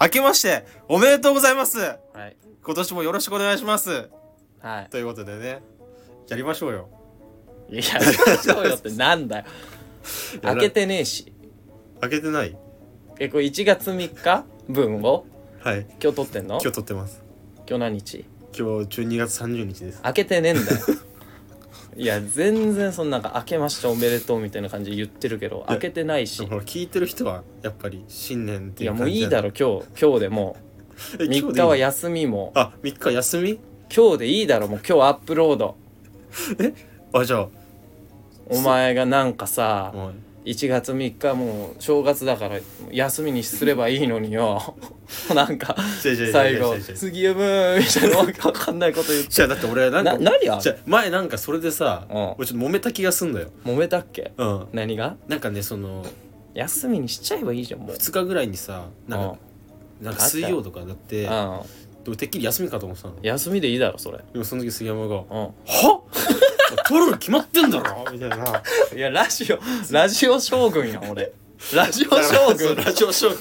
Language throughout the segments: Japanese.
明けましておめでとうございますはい今年もよろしくお願いしますはということでねやりましょうよいいやそうよってなんだよ開けてねえし開けてないえこれ1月3日分をはい今日撮ってんの今今日撮ってます日何日今日12月30日です開けてねえん だよいや全然そんなんか開けましておめでとうみたいな感じで言ってるけど開けてないしでもほら聞いてる人はやっぱり新年っていいやうも感うじいいだろろ今日今日でもう3日は休みもあ3日休み今日でいいだろもう今日アップロードあじゃお前がなんかさあもう1月3日もう正月だから休みにすればいいのによ なんか違う違う違う違う最後違う「杉山」みたいなわ けわかんないこと言ってじゃあだって俺なんかな何あれじゃあ前なんかそれでさ、うん俺ちょっと揉めた気がすんだよ揉めたっけうん何がなんかねその休みにしちゃえばいいじゃんもう2日ぐらいにさなんかなんか水曜とかだってでうんうんもてっきり休みかと思ってたの休みでいいだろそれでもその時杉山がうん「は取るの決まってんだろ!」 みたいないやラジオ ラジオ将軍や ん俺ラジオ将そう軍ラジオ将軍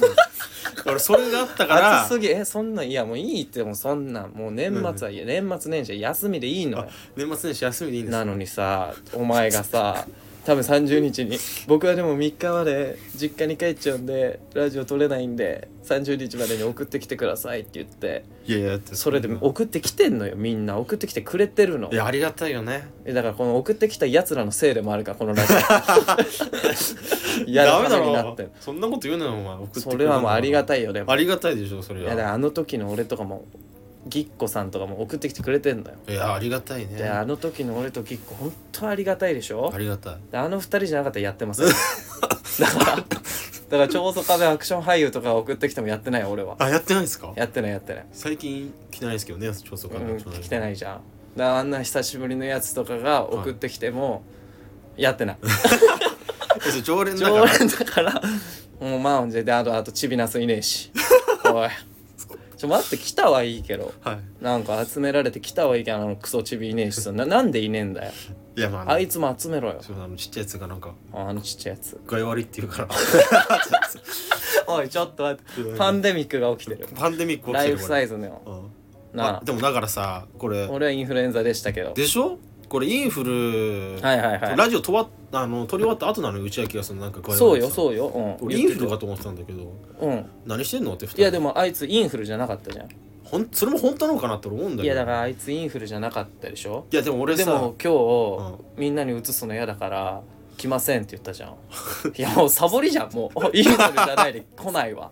俺それがあったから暑すぎえそんなんいやもういいってもうそんなんもう年末はいや年末年始は休みでいいのよ年末年始休みでいいんですなのにさお前がさ多分30日に僕はでも3日まで実家に帰っちゃうんでラジオ撮れないんで30日までに送ってきてくださいって言っていやいやだってそれでい送ってきてんのよみんな送ってきてくれてるのやありがたいよねえだからこの送ってきたやつらのせいでもあるからこの ラジオやダるメただめになっろてるそんなこと言うなよお前送ってくそれはもうありがいたいよでもありがたいでしょそれいはやいだかやらあの時の俺とかもぎっこさんとかも送ってきてくれてんだよありがたいねであの時の俺とぎっこ本当ありがたいでしょありがたいであの二人じゃなかったらやってませんだからだから長宗壁アクション俳優とか送ってきてもやってないよ俺はあやってないですかやってないやってない、最近来てないですけどね調査う官ん、の調査来てないじゃんだからあんな久しぶりのやつとかが送ってきてもや ってないえそう常連だから常連だからもうマウンでであとあとチビナスいねえしおいちょ待って来たはいいけどはなんか集められて来たはいいけどあのクソチビいねえしさななんでいねえんだよいいやまああいつも集めろよそうあのちっちゃいやつがなんかあのちっちゃいやつ具合悪いって言うからおいちょっと待ってパンデミックが起きてるパンデミック起き ラてイるフかサらイズの うんなあでもだからさこれ俺はインフルエンザでしたけどでしょこれインフルはいはいはいラジオとわあの撮り終わった後なのにうちは気がするなんか具合悪いそうようそうよ、うん、俺インフルかと思ってたんだけどうん何してんのって二い人やでもあいつインフルじゃなかったじゃんほんそれも本当なのかなって俺思うんだいけどやだからあいつインフルじゃなかったでしょいやでも俺でさも今日、みんなに移すの嫌だから来ませんって言ったじゃんいやもうサボりじゃんもうインフルじゃないで来ないわ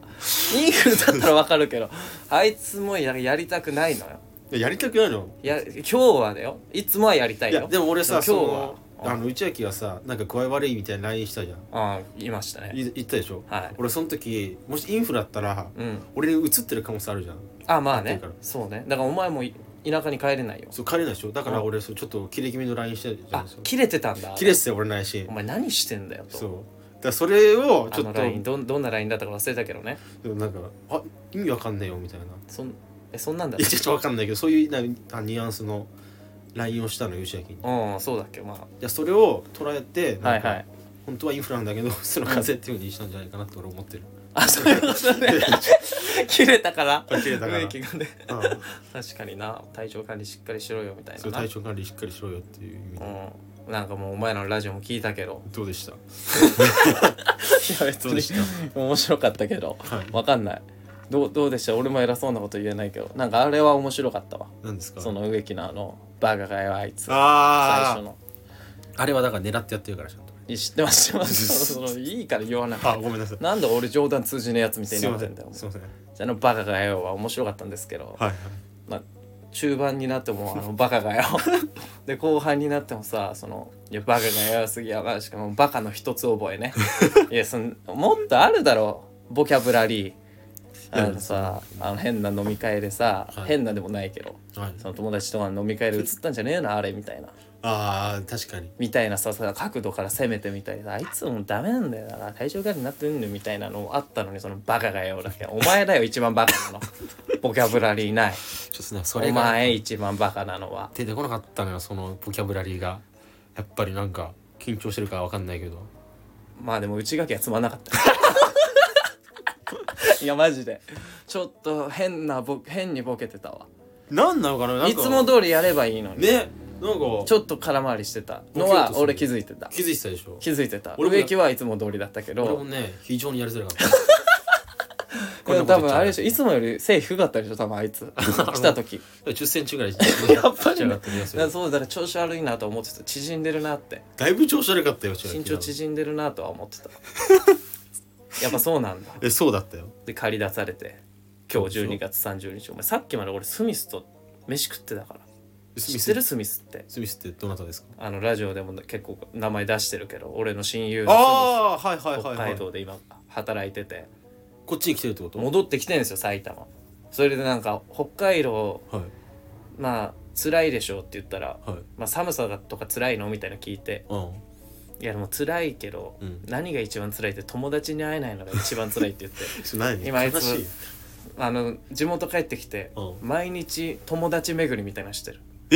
インフルだったらわかるけどあいつもややりたくないのよいややりたくないのや今日はだよいつもはやりたいいよやでも俺さでもそ今日のはあの内明がさなんか具合悪いみたいな LINE したじゃんああいましたねい言ったでしょはい俺その時もしインフルだったらうん俺に移ってる可能性あるじゃんあまあやっねてるからそうねだからお前もい田舎に帰れないよそう帰れないでしょだから俺そうちょっとキレ気味の LINE してるじゃあんそう切れてたんだキレっすよ俺の LINE しお前何してんだよとそうだからそれをあちょのっラインとどんどんなラインだったか忘れたけどねなんかあ意味わかんないよみたいないそんえそんなんだっやちょっとわかんないけどそういうなあニュアンスの LINE をしたのよ内明にいうんそうだっけまやそれを捉えてあはなんいかはい本当はインフラなんだけ どその風邪っていうふうにしたんじゃないかなって俺思ってるあそういうこと ね切れたからあ 切れたから植木がねうん確かにな体調管理しっかりしろよみたいそうなな体調管理しっかりしろよっていう意味でうんなんかもうお前らのラジオも聞いたけ どどうでしたいや別どうでしに 面白かったけどはいわかんないどうどうでした俺も偉そうなこと言えないけどなんかあれは面白かったわ何ですかその植木のあのバカがよあいつ最初あのああれはだから狙ってやってるからちゃんといや知ってます知ってます そのそのいいから言わなくてあごめんなさいなんで俺冗談通じねえやつみたいにすいなっませてんんだよすいませんはあのバカがよは面白かったんですけど、いはいまあ、中盤になってもあのバカがよ で後半になってもさそのいやバカがよすぎやばいしかもバカの一つ覚 えねいやそのもっとあるだろボキャブラリーあのさあの変な飲み会でさ、はい変なでもないけどはいその友達とかの飲み会で映ったんじゃねえなあれみたいなああ確かにみたいなささ角度から攻めてみたいなあいつもうダメなんだよな体調管理になってんのみたいなのもあったのにそのバカがよだけお前だよ一番バカ なのボキャブラリーないちょっとねそれおが前一番バカなのは出てこなかったのよそのボキャブラリーがやっぱりなんか緊張してるからわかんないけど まあでも内垣はつまんなかったいやマジでちょっと変なボ変にボケてたわなんなのかななんかいつも通りやればいいのに、ねなんかちょっと空回りしてたのは俺気づいてた気づいてたでしょ気づいてた俺も植木はいつも通りだったけ俺もどね非常にやりづらかっ これ多分あれでしょいつもより背低かったでしょ多分あいつ来た時た10センチぐらいやっぱりね違った気がすだからる そうだから調子悪いなと思ってた縮んでるなってだいぶ調子悪かったよ身長縮んでるなとは 思ってたやっぱそうなんだえそうだったよで借り出されて今日そうでし12ょ月30日お前さっきまで俺スミスと飯食ってたからス知ミっスてるスミスってスミスってどなたですかあのラジオでも結構名前出してるけど俺の親友のスあーはいはミス北海道で今働いててこっちに来てるってこと戻ってきてるんですよ埼玉それでなんか北海道はいまあ辛いでしょうって言ったら、はいまあ、寒さとか辛いのみたいなの聞いてうんいやでも辛いけど、うん何が一番辛いって友達に会えないのが一番辛いって言って 何今あいつ悲しいあの地元帰ってきて、う毎日友達巡りみたいなのしてる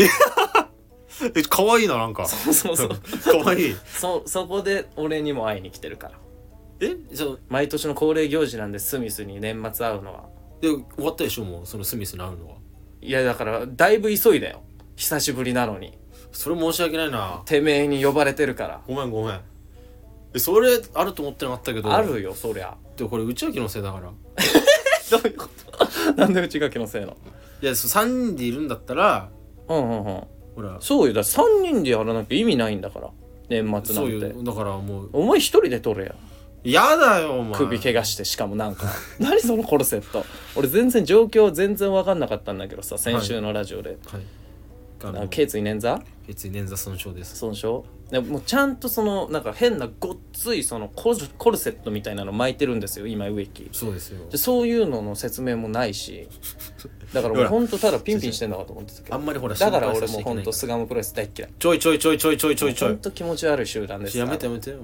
え可愛いななんかそうそうそう 可愛いそそこで俺にも会いに来てるからえじゃあ毎年の恒例行事なんでスミスに年末会うのはで終わったでしょもうそのスミスに会うのはいやだからだいぶ急いだよ久しぶりなのにそれ申し訳ないなてめえに呼ばれてるからごめんごめんえそれあると思ってなかったけどあるよそりゃ でもこれ内垣のせいだからどういうことなんで内垣のせいのいやそう3人でいるんだったらうんうんうんほらそうよだから3人でやらなきゃ意味ないんだから年末なそうんてよだからもうお前一人で取れややだよお前首怪我してしかもなんか何そのコルセット俺全然状況全然分かんなかったんだけどさ先週のラジオで、はいああのの頸椎捻挫別に捻挫損傷です損傷でもうちゃんとそのなんか変なごっついそのコルコルセットみたいなの巻いてるんですよ今植木そうですよでそういうのの説明もないしだから俺ほらほんとただピンピンしてんのかと思ってたけどあんまりほらだから俺心配させもうちゃいけほんないとか巣鴨プロレス大っ嫌いらちょいちょいちょいちょいちょいちょいちょほんいと気持ち悪い集団ですやめてやめてお前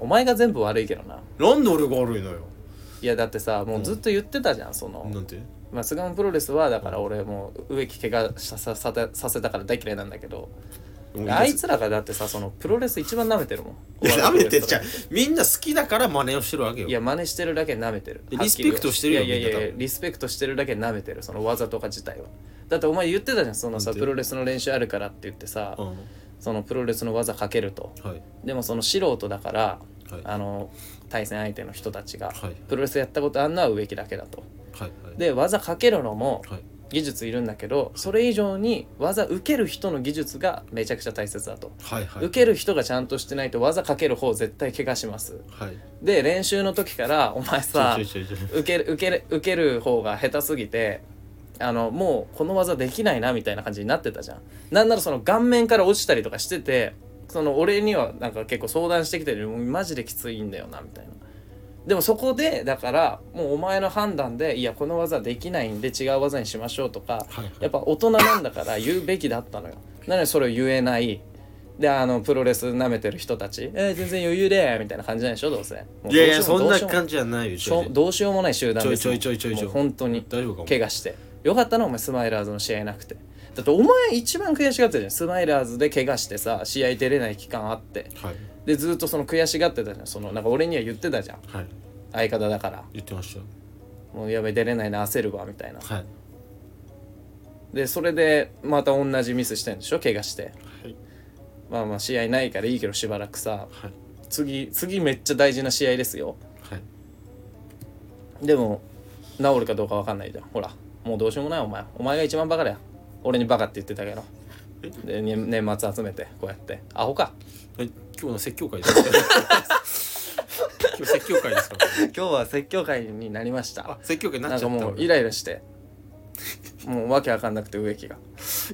お前が全部悪いけどななんで俺が悪いのよいやだってさもうずっと言ってたじゃん、そのなんてまあ、スガムプロレスはだから俺もう植木怪我さささたさせたから大嫌いなんだけどあいつらがだってさそのプロレス一番舐めてるもんいや舐めてっちゃういみんな好きだから真似をしてるわけよや真似してるだけ舐めてるリスペクトしてるよいやいやいやいみんなや多分リスペクトしてるだけ舐めてるその技とか自体はだってお前言ってたじゃんそのさなんてプロレスの練習あるからって言ってさ、うんそのプロレスの技かけるとはいでもその素人だからはいはいあの対戦相手の人たちが、はいプロレスやったことあんのは植木だけだとはいで技かけるのも、はい技術いるんだけどそれ以上に技受ける人の技術がめちゃくちゃ大切だと、はいはい受ける人がちゃんとしてないと技かける方絶対怪我しますはいで練習の時からお前さちょいちょいちょいちょい受ける受ける受ける方が下手すぎてあのもうこの技できないなみたいな感じになってたじゃんなんならその顔面から落ちたりとかしててその俺にはなんか結構相談してきてるもうマジできついんだよなみたいなでもそこでだからもうお前の判断でいやこの技できないんで違う技にしましょうとかはいはいやっぱ大人なんだから言うべきだったのよなのにそれを言えないであのプロレス舐めてる人たち「えー全然余裕で」みたいな感じなんでしょどうせもういやいやどそんうなしようも感じじゃないよしょどうしようもない集団ですちょいちょいちょいちょいちょいもう本当に大丈夫かも怪我してよかったなお前スマイラーズの試合なくてだってお前一番悔しがってたじゃんスマイラーズで怪我してさ試合出れない期間あってはいでずっとその悔しがってたじゃんそのなんか俺には言ってたじゃんはい相方だから言ってましたよもうやべ出れないな焦るわみたいなはいでそれでまた同じミスしてんでしょ怪我してはいまあまあ試合ないからいいけどしばらくさはい次次めっちゃ大事な試合ですよはいでも治るかどうか分かんないじゃんほらもうどうしようもないお前お前が一番バカだよ俺にバカって言ってたけどで、ね年末集めてこうやってア ホかえ今日の説教会ですか 今日説教会ですか今日は説教会になりましたあ説教会にななっんちゃかったもう俺イライラしてもうわけわかんなくて植木が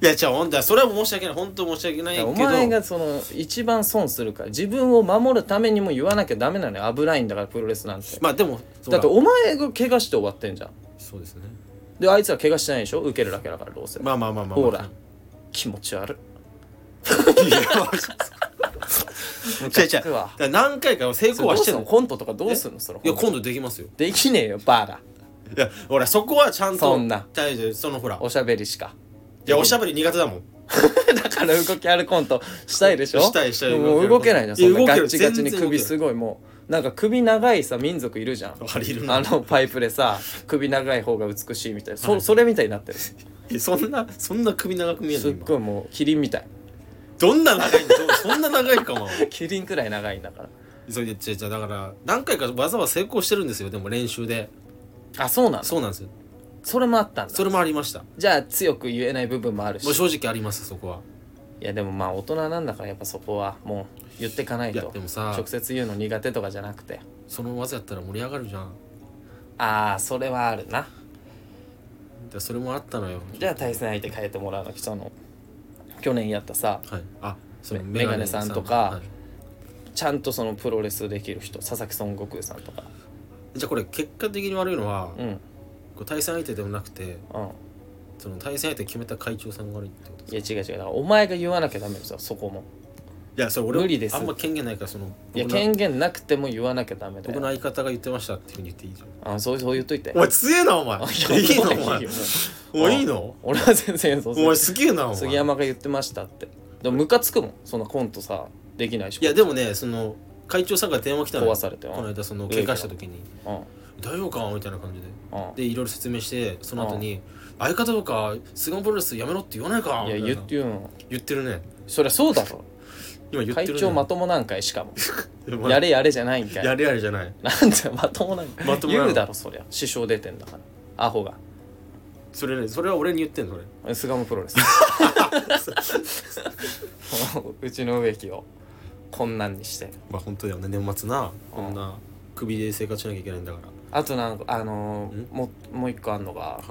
いや違う本当だそれは申し訳ない本当申し訳ないけどお前がその一番損するから自分を守るためにも言わなきゃダメなのよ危ないんだからプロレスなんてまあでもそうだってお前が怪我して終わってんじゃんそうですねであいつは怪我してないでしょ受けるだけだからどうせ、まあまあまあまあまあほら気持ち悪いや 違う違くうわだから何回か成い功はしてそれどるうすんのコントとかどうすんのそれいや今度できますよできねえよバーがいやほらそこはちゃんとそんな大丈夫そのほらおしゃべりしかいやおしゃべり苦手だもんだから動きあるコントしたいでしょしたいしたいでももう動けないじゃんそいやんな動けるガッチガチに全然動け首るすごいもうなんか首長いさ民族いるじゃんあれいるなあのパイプでさ首長い方が美しいみたいなそ,、はいそれみたいになってるえそんなそんな首長く見えるすのっ今ごいもうキリンみたいどんな長いんだどうそんな長いかもキリンくらい長いんだから急いでちゃちゃだから何回か技は成功してるんですよでも練習であそうなのそそうなんですよれもあったんだそれもありましたじゃあ強く言えない部分もあるしもう正直ありますそこはいやでもまあ大人なんだからやっぱそこはもう言ってかないいやとでもさ直接言うの苦手とかじゃなくてその技やったら盛り上がるじゃんああそれはあるなでそれもあったのよじゃあ対戦相手変えてもらうのその去年やったさはいあそのメメガネメガネささんんとかはいちゃんとそのプロレスできる人佐々木孫悟空さんとかじゃあこれ結果的に悪いのは、うんこう対戦相手でもなくてうんその対戦相手決めた会長さんが悪いってこといや違う違うだからお前が言わなきゃダメですよそこもいやそれ俺無理ですあんま権限ないからそのいや僕の権限なくても言わなきゃダメだ僕のよ相方が言ってましたっていうふうに言っていいじゃんあそうそう言っといてお前強えなお前 いいのおもう前よお前いいの俺は全然そうお前すげえなお前杉山が言ってましたってでもムカつくもんそんなコントさできないしいやでもねその会長さんから電話来たのよ壊されてうんこの間その怪我した時にうんうん「大丈夫か?」みたいな感じでいでいろいろ説明してその後に「相方とか菅野プロレスやめろって言わないか」みたやいな言って言うの言ってるねそりゃそうだろ今言って会るね長まともなんかいしかもでもやれやれじゃないんかいやれやれじゃないなんだよまともなんかまともなの言うだろそりゃ師匠出てんだからアホがそれねそれは俺に言ってんのそれ菅野 プロレスうちの植木をこんなんにしてまあ本当だよね年末なこんな首で生活しなきゃいけないんだからあとなんかあのーんももう一個あんのがはい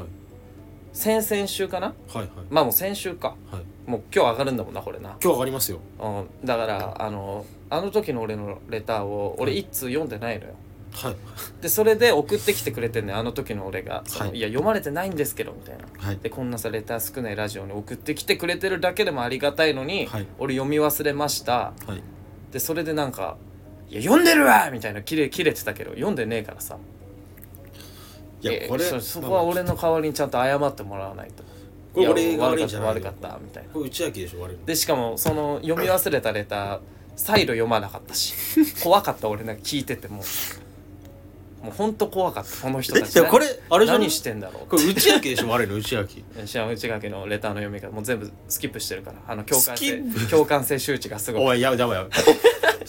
先々週かなはいはいまあもう先週かはいもう今日上がるんだもんなこれな今日上がりますようん、だからあのあの時の俺のレターを俺一通読んでないのよはいでそれで送ってきてくれてんねあの時の俺が「そのはいいや読まれてないんですけど」みたいなはいでこんなさレター少ないラジオに送ってきてくれてるだけでもありがたいのに、はい俺読み忘れましたはいでそれでなんか「いや読んでるわ!」みたいなキレ切れてたけど読んでねえからさいやえこれそそこは俺の代わりにちゃんと謝ってもらわないとこれや俺が悪いんじゃない悪かった悪かったみたいなこれ内訳でしょ悪いのでしかもその読み忘れたレター再度読まなかったし 怖かった俺なんか聞いててもうもうほんと怖かったこの人たちいやこれあれじゃない何してんだろうこれ内訳でしょ悪いの内 訳知らん内垣のレターの読み方もう全部スキップしてるからあの共感スキ性ッ共感性周知がすごいおいやばいやばいやばい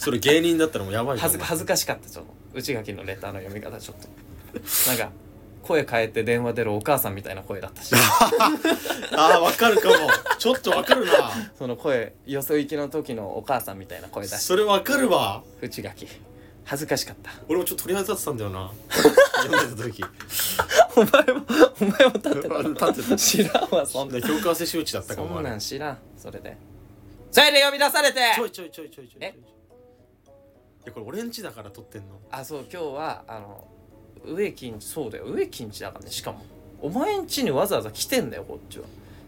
それ芸人だったらもうやばいよ恥ず恥ずかしかったちょっと内垣のレターの読み方ちょっとなんか声変えて電話出るお母さんみたいな声だった しああわかるかもちょっとわかるなその声よそ行きの時のお母さんみたいな声出しそれわかるわ内垣恥ずかしかった俺もちょっと取り外ってたんだよな読んでた時お前もお前も立ってたの立ってた知らんわそんなで共感性周知だったかもそんあれなん知らんそれでそれで呼び出されてちょいちょいちょいちょいちょいちょいえいやこれ俺んちだから撮ってんのあそう今日はあの植木んちそうだよ植木んちだからねしかもお前んちにわざわざ来てんだよこっちは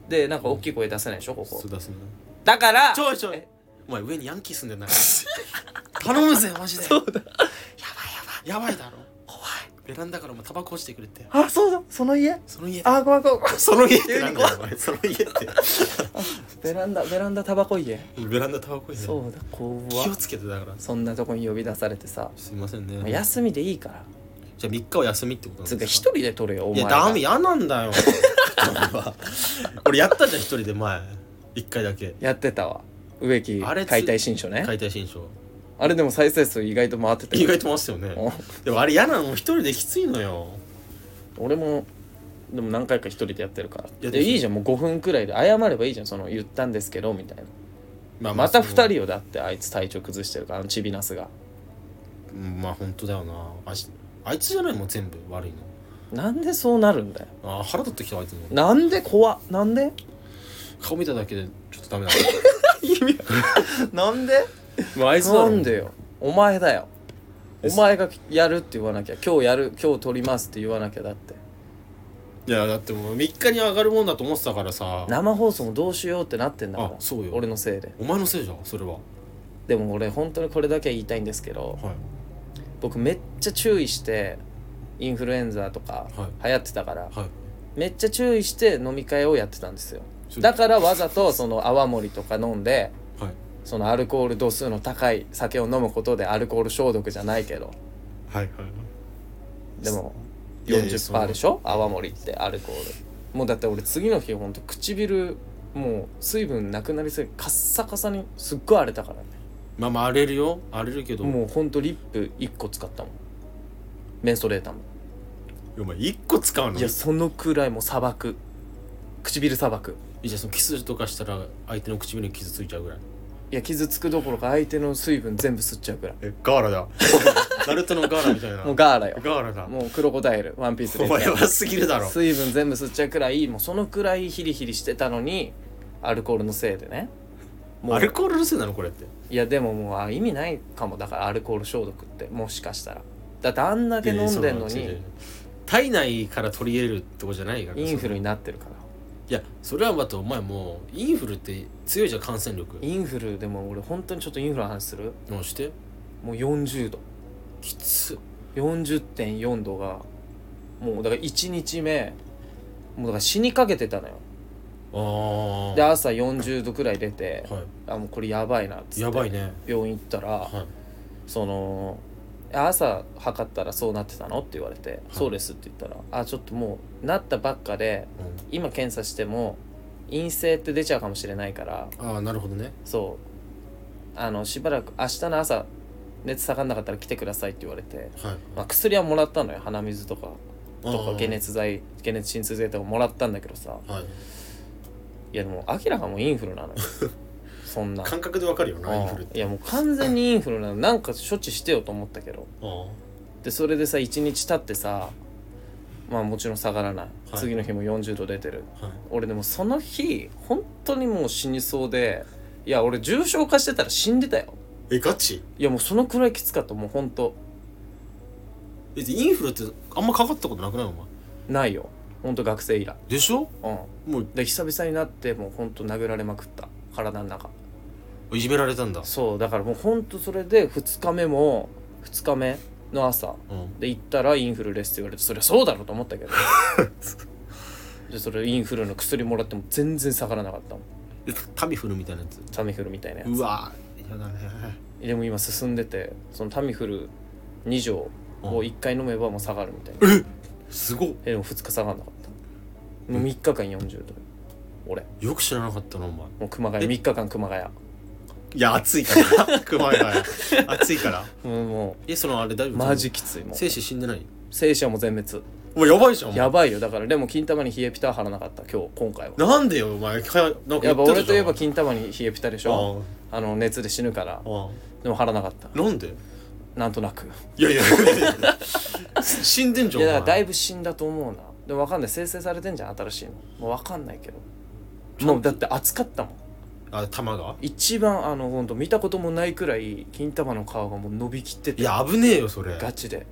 でなんか大きい声出せないでしょここそう出すんだだからちょいちょいえお前上にヤンキー住んでんだから頼むぜマジでそうだやばいだろ怖いベランダからもタバコ落ちてくれってあそうだその家その家あ怖い怖い怖いその家ってなんだよお前その家ってベランダベランダタバコ家ベランダタバコ入れそうだ怖気をっつけてだからそんなとこに呼び出されてさすいませんもうねじゃ休みでいいからあ3日は休みってことなんつうかで一すか人で取れよいお前やがダメ嫌なんだよ俺は俺やったじゃん一人で前1回だけやってたわ植木あれつ解体新書ね解体新書あれでも再生数意外と回ってたよ意外と回すよねうんでもあれ嫌なの一人できついのよ俺もでも何回か一人でやってるからいやでいいじゃんもう5分くらいで謝ればいいじゃんその言ったんですけどみたいなまあまたそ2の人よだってあいつ体調崩してるからあのチビナスがうんまあ本当だよなあしあいつじゃないもん全部悪いのなんでそうなるんだよあー腹立ってきたあいつのなんで怖っな んで顔見ただけでちょっとダ メだなんでまああいつだなろんでよお前だよでおす前がやるって言わなきゃ今日やる今日取りますって言わなきゃだっていやだってもう3日に上がるもんだと思ってたからさ生放送もどうしようってなってんだからあそうよ俺のせいでお前のせいじゃんそれはでも俺本当にこれだけは言いたいんですけどはい僕めっちゃ注意してインフルエンザとかは流行ってたから、はいめっちゃ注意して飲み会をやってたんですよそうだからわざとその泡盛とか飲んではいそのアルコール度数の高い酒を飲むことでアルコール消毒じゃないけどはいはいでもいやいやそう40%でしょ泡盛ってアルコールもうだって俺次の日ほんと唇もう水分なくなりすぎカッサカサにすっごい荒れたからねまあまあ荒れるよ荒れるけどもうほんとリップ1個使ったもんメンソレータムお前1個使うのいやそのくらいもう砂漠唇砂漠いやそのキスとかしたら相手の唇に傷ついちゃうぐらいいや傷つくどころか相手の水分全部吸っちゃうくらいえガーラだ ナルトのガーラみたいなもうガーラよガーラだもうクロコダイルワンピースおで前弱すぎるだろ水分全部吸っちゃうくらいもうそのくらいヒリヒリしてたのにアルコールのせいでねもうアルコールのせいなのこれっていやでももうあ意味ないかもだからアルコール消毒ってもしかしたらだってあんだけ飲んでんのいやいやそに体内から取り入れるってことじゃないからインフルそになってるからのいやそれはまたお前もうインフルって強いじゃん感染力インフルでも俺本当にちょっとインフルの話するもうしてもう40度きつ40.4度がもうだから1日目もうだから死にかけてたのよあーで朝40度くらい出てはあもうこれやばいなっつっいてやばいね病院行ったらはいその「朝測ったらそうなってたの?」って言われて「そうです」って言ったら「あちょっともうなったばっかでうん今検査しても陰性って出ちゃうかもしれないからああなるほどねそうあのしばらく明日の朝熱下がんなかったら来てください」って言われて、はいまあ、薬はもらったのよ鼻水とかあとかー解熱剤解熱鎮痛剤とかもらったんだけどさはいいやでも明らかもうインフ ルなのよそんな。感覚でわかるよなインフルっうんいてやもう完全にインフルなのなんか処置してよと思ったけどあーでそれでさ1日経ってさまあもちろん下がらない、はい次の日も40度出てるはい俺でもその日本当にもう死にそうでいや俺重症化してたら死んでたよえガチいやもうそのくらいきつかったもう本当えインフルってあんまかかったことなくないお前ないよ本当学生以来でしょうんもうで久々になってもう本当殴られまくった体の中いじめられたんだそうだからもう本当それで2日目も2日目の朝うんで行ったらインフルですって言われてそりゃそうだろうと 思ったけどでそれインフルの薬もらっても全然下がらなかったもんえタミフルみたいなやつタミフルみたいなやうわやだねつでも今進んでてそのタミフル2錠を1回飲めばもう下がるみたいな、すごっえでも2日下がらなかったもう3日間40度俺よく知らなかったなお前もう熊谷3日間熊谷いや暑いから 熊谷暑いからもうもえそのあれ大う丈夫マジきついもう精子死んでない精子はもう全滅お前やばいじゃんお前やばいよだからでも金玉に冷えピタは貼らなかった今日今回はなんでよお前かなんかや言ってたじゃっぱん俺といえば金玉に冷えピタでしょあの熱で死ぬからあでも貼らなかったあなんでなんとなくいやいや いやいや死んでんじいゃんやだおからだ前いぶ死んだと思うなでも分かんない生成されてんじゃん新しいのもう分かんないけどもうだって暑かったもんあ玉が一番あのほんと見たこともないくらい金玉の皮がもう伸びきっていてや危ねえよそれガチで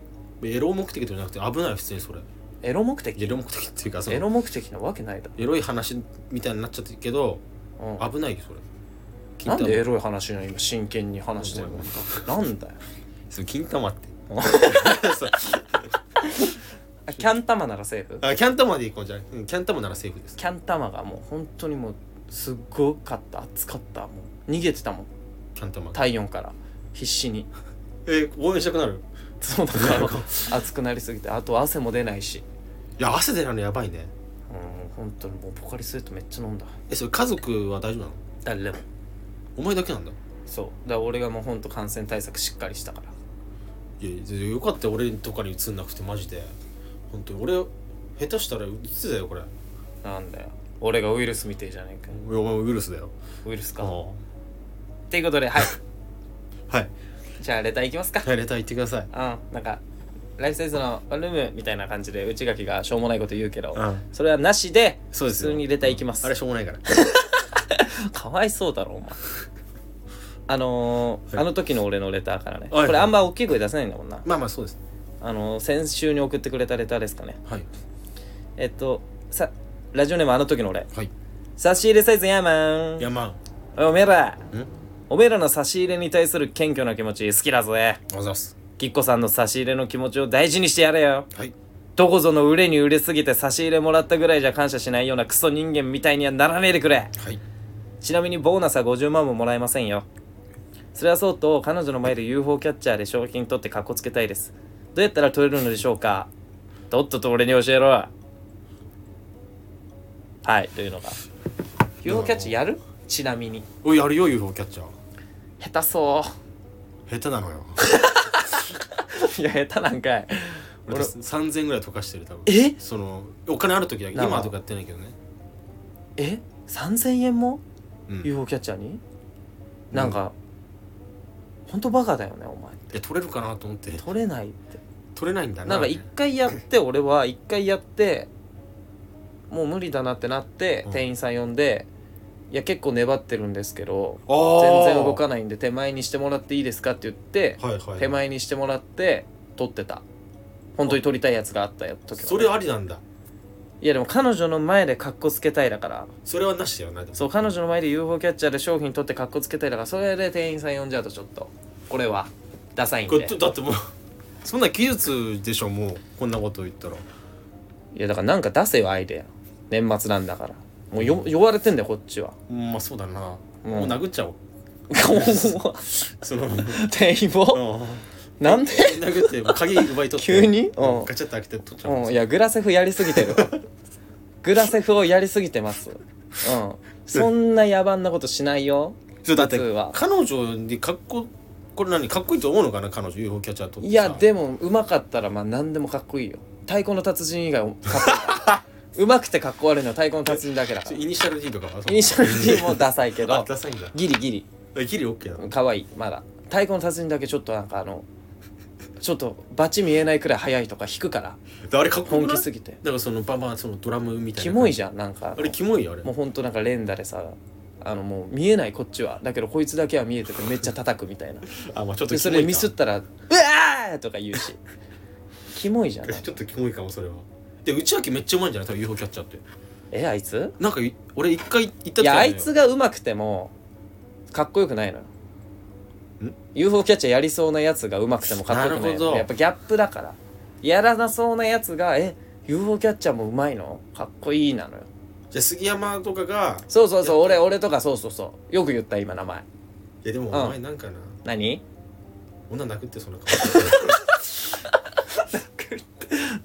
エロ目的じゃなくて危ない普通にそれエロ目的エロ目的っていうかそのエロ目的なわけないだエロい話みたいになっちゃってるけどろ、うん危ないよそれなんでエロロい話の今真剣に話してるのなんだよ金玉 ってそうあキャン玉ならセーフあキャン玉で行こうじゃんうんキャン玉ならセーフですキャン玉がもう本当にもうすっごかった暑かったもう逃げてたもんキャン玉体温から必死にえ応援したく なるそうだから暑くなりすぎてあと汗も出ないしいや汗出ないのやばいねうん本当にもうポカリスエットめっちゃ飲んだえそれ家族は大丈夫なの誰でもお前だけなんだそうだから俺がもう本当感染対策しっかりしたからいやいやよかったよ俺とかに移んなくてマジで本当に俺下手したら移ってたよこれなんだよ俺がウイルスみてえじゃねえかよお前ウイルスだよウイルスあかあっていうことではいはいじゃあレターいきますかはいレター行ってくださいうんなんかライフサイズのワンルームみたいな感じで内垣がしょうもないこと言うけど、うんそれはなしでそうですよ普通にレターいきますあれしょうもないからかわいそうだろお前あのーはいあの時の俺のレターからね、はいはいこれあんま大きい声出せないんだもんな、 まあまあそうですあのー先週に送ってくれたレターですかねはいえっとさラジオネームあの時の俺はい差し入れサイズヤーマンいやまあおいおめえらんありがとおめえらの差し入れに対する謙虚な気持ち好きだぜうございますきっこさんの差し入れの気持ちを大事にしてやれよはいどこぞの売れに売れすぎて差し入れもらったぐらいじゃ感謝しないようなクソ人間みたいにはならねえでくれはいちなみにボーナスは50万ももらえませんよそれはそうと彼女の前で UFO キャッチャーで賞金取ってかっこつけたいですどうやったら取れるのでしょうかとっとと俺に教えろはいというのが UFO キャッチャーやるちなみにおいやるよ UFO キャッチャー下手そ下手なのよう いや下手なんかい 俺俺3000ぐらい溶かしてる多分えそのお金ある時だけなあ今はとかやってないけどねえ3000円もうんい UFO キャッチャーに、なんかほんとバカだよねお前や取れるかなと思って取れないって取れないんだななんか一回やって俺は一回やってもう無理だなってなってうん店員さん呼んで「いや結構粘ってるんですけど全全然動かないんで手前にしてもらっていいですか?」って言ってはいはい手前にしてもらって取ってた本当に取りたいやつがあった時はねそれありなんだいやでも彼女の前で格好つけたいだからそれはなしだよなでもそう彼女の前で UFO キャッチャーで商品取って格好つけたいだからそれで店員さん呼んじゃうとちょっとこれはダサいんこれでだってもう そんな技術でしょもうこんなこと言ったらいやだからなんか出せよアイデア年末なんだからもうよ呼ばれてんだよこっちは うんまあそうだな、うんもう殴っちゃおうそのうん店員もなんで殴ってもう鍵奪い取って急にうんガチャッと開けて取っちゃおう、うんいやグラセフやりすぎてるわグラセフをやりすぎてますうんそんな野蛮なことしないよそうだって普通は彼女にかっここれ何かっこいいと思うのかな彼女 UFO キャッチャーとってさいやでもうまかったらまあ何でもかっこいいよ太鼓の達人以外もかっこいいから うまくてかっこ悪いのは太鼓の達人だけだか ちょらイニシャル D とかはイニシャル D もダサいけあどダサいんだギリギリえギリオッケーだ可愛いまだ太鼓の達人だけちょっとなんかあのちょっとバチ見えないくらい速いとか弾くからであれかっこよ本くな気いすぎてだからそのバンバンそのドラムみたいなキモいじじゃんなんかあのあれキモいよあれもうほんとなんか連打でさあのもう見えないこっちはだけどこいつだけは見えててめっちゃ叩くみ たいなあまあちょっとでキそモいれかミス ったら「うわー!」とか言うしキモ いじゃんちょっとキモいかもそれはで内訳めっちゃうまいんじゃない多分 UFO キャッチャーってえあいつなんかい俺一回行ったいやあいつつが上手くてもかっこよくないのよ UFO キャッチャーやりそうなやつが上手くてもかっこよくなないるほどやっぱギャップだからやらなそうなやつが「え UFO キャッチャーも上手いのかっこいい」なのよじゃあ杉山とかがそうそうそう俺俺とかそうそうそうよく言った今名前いやでもうんお前なんかな、何女殴ってそんな顔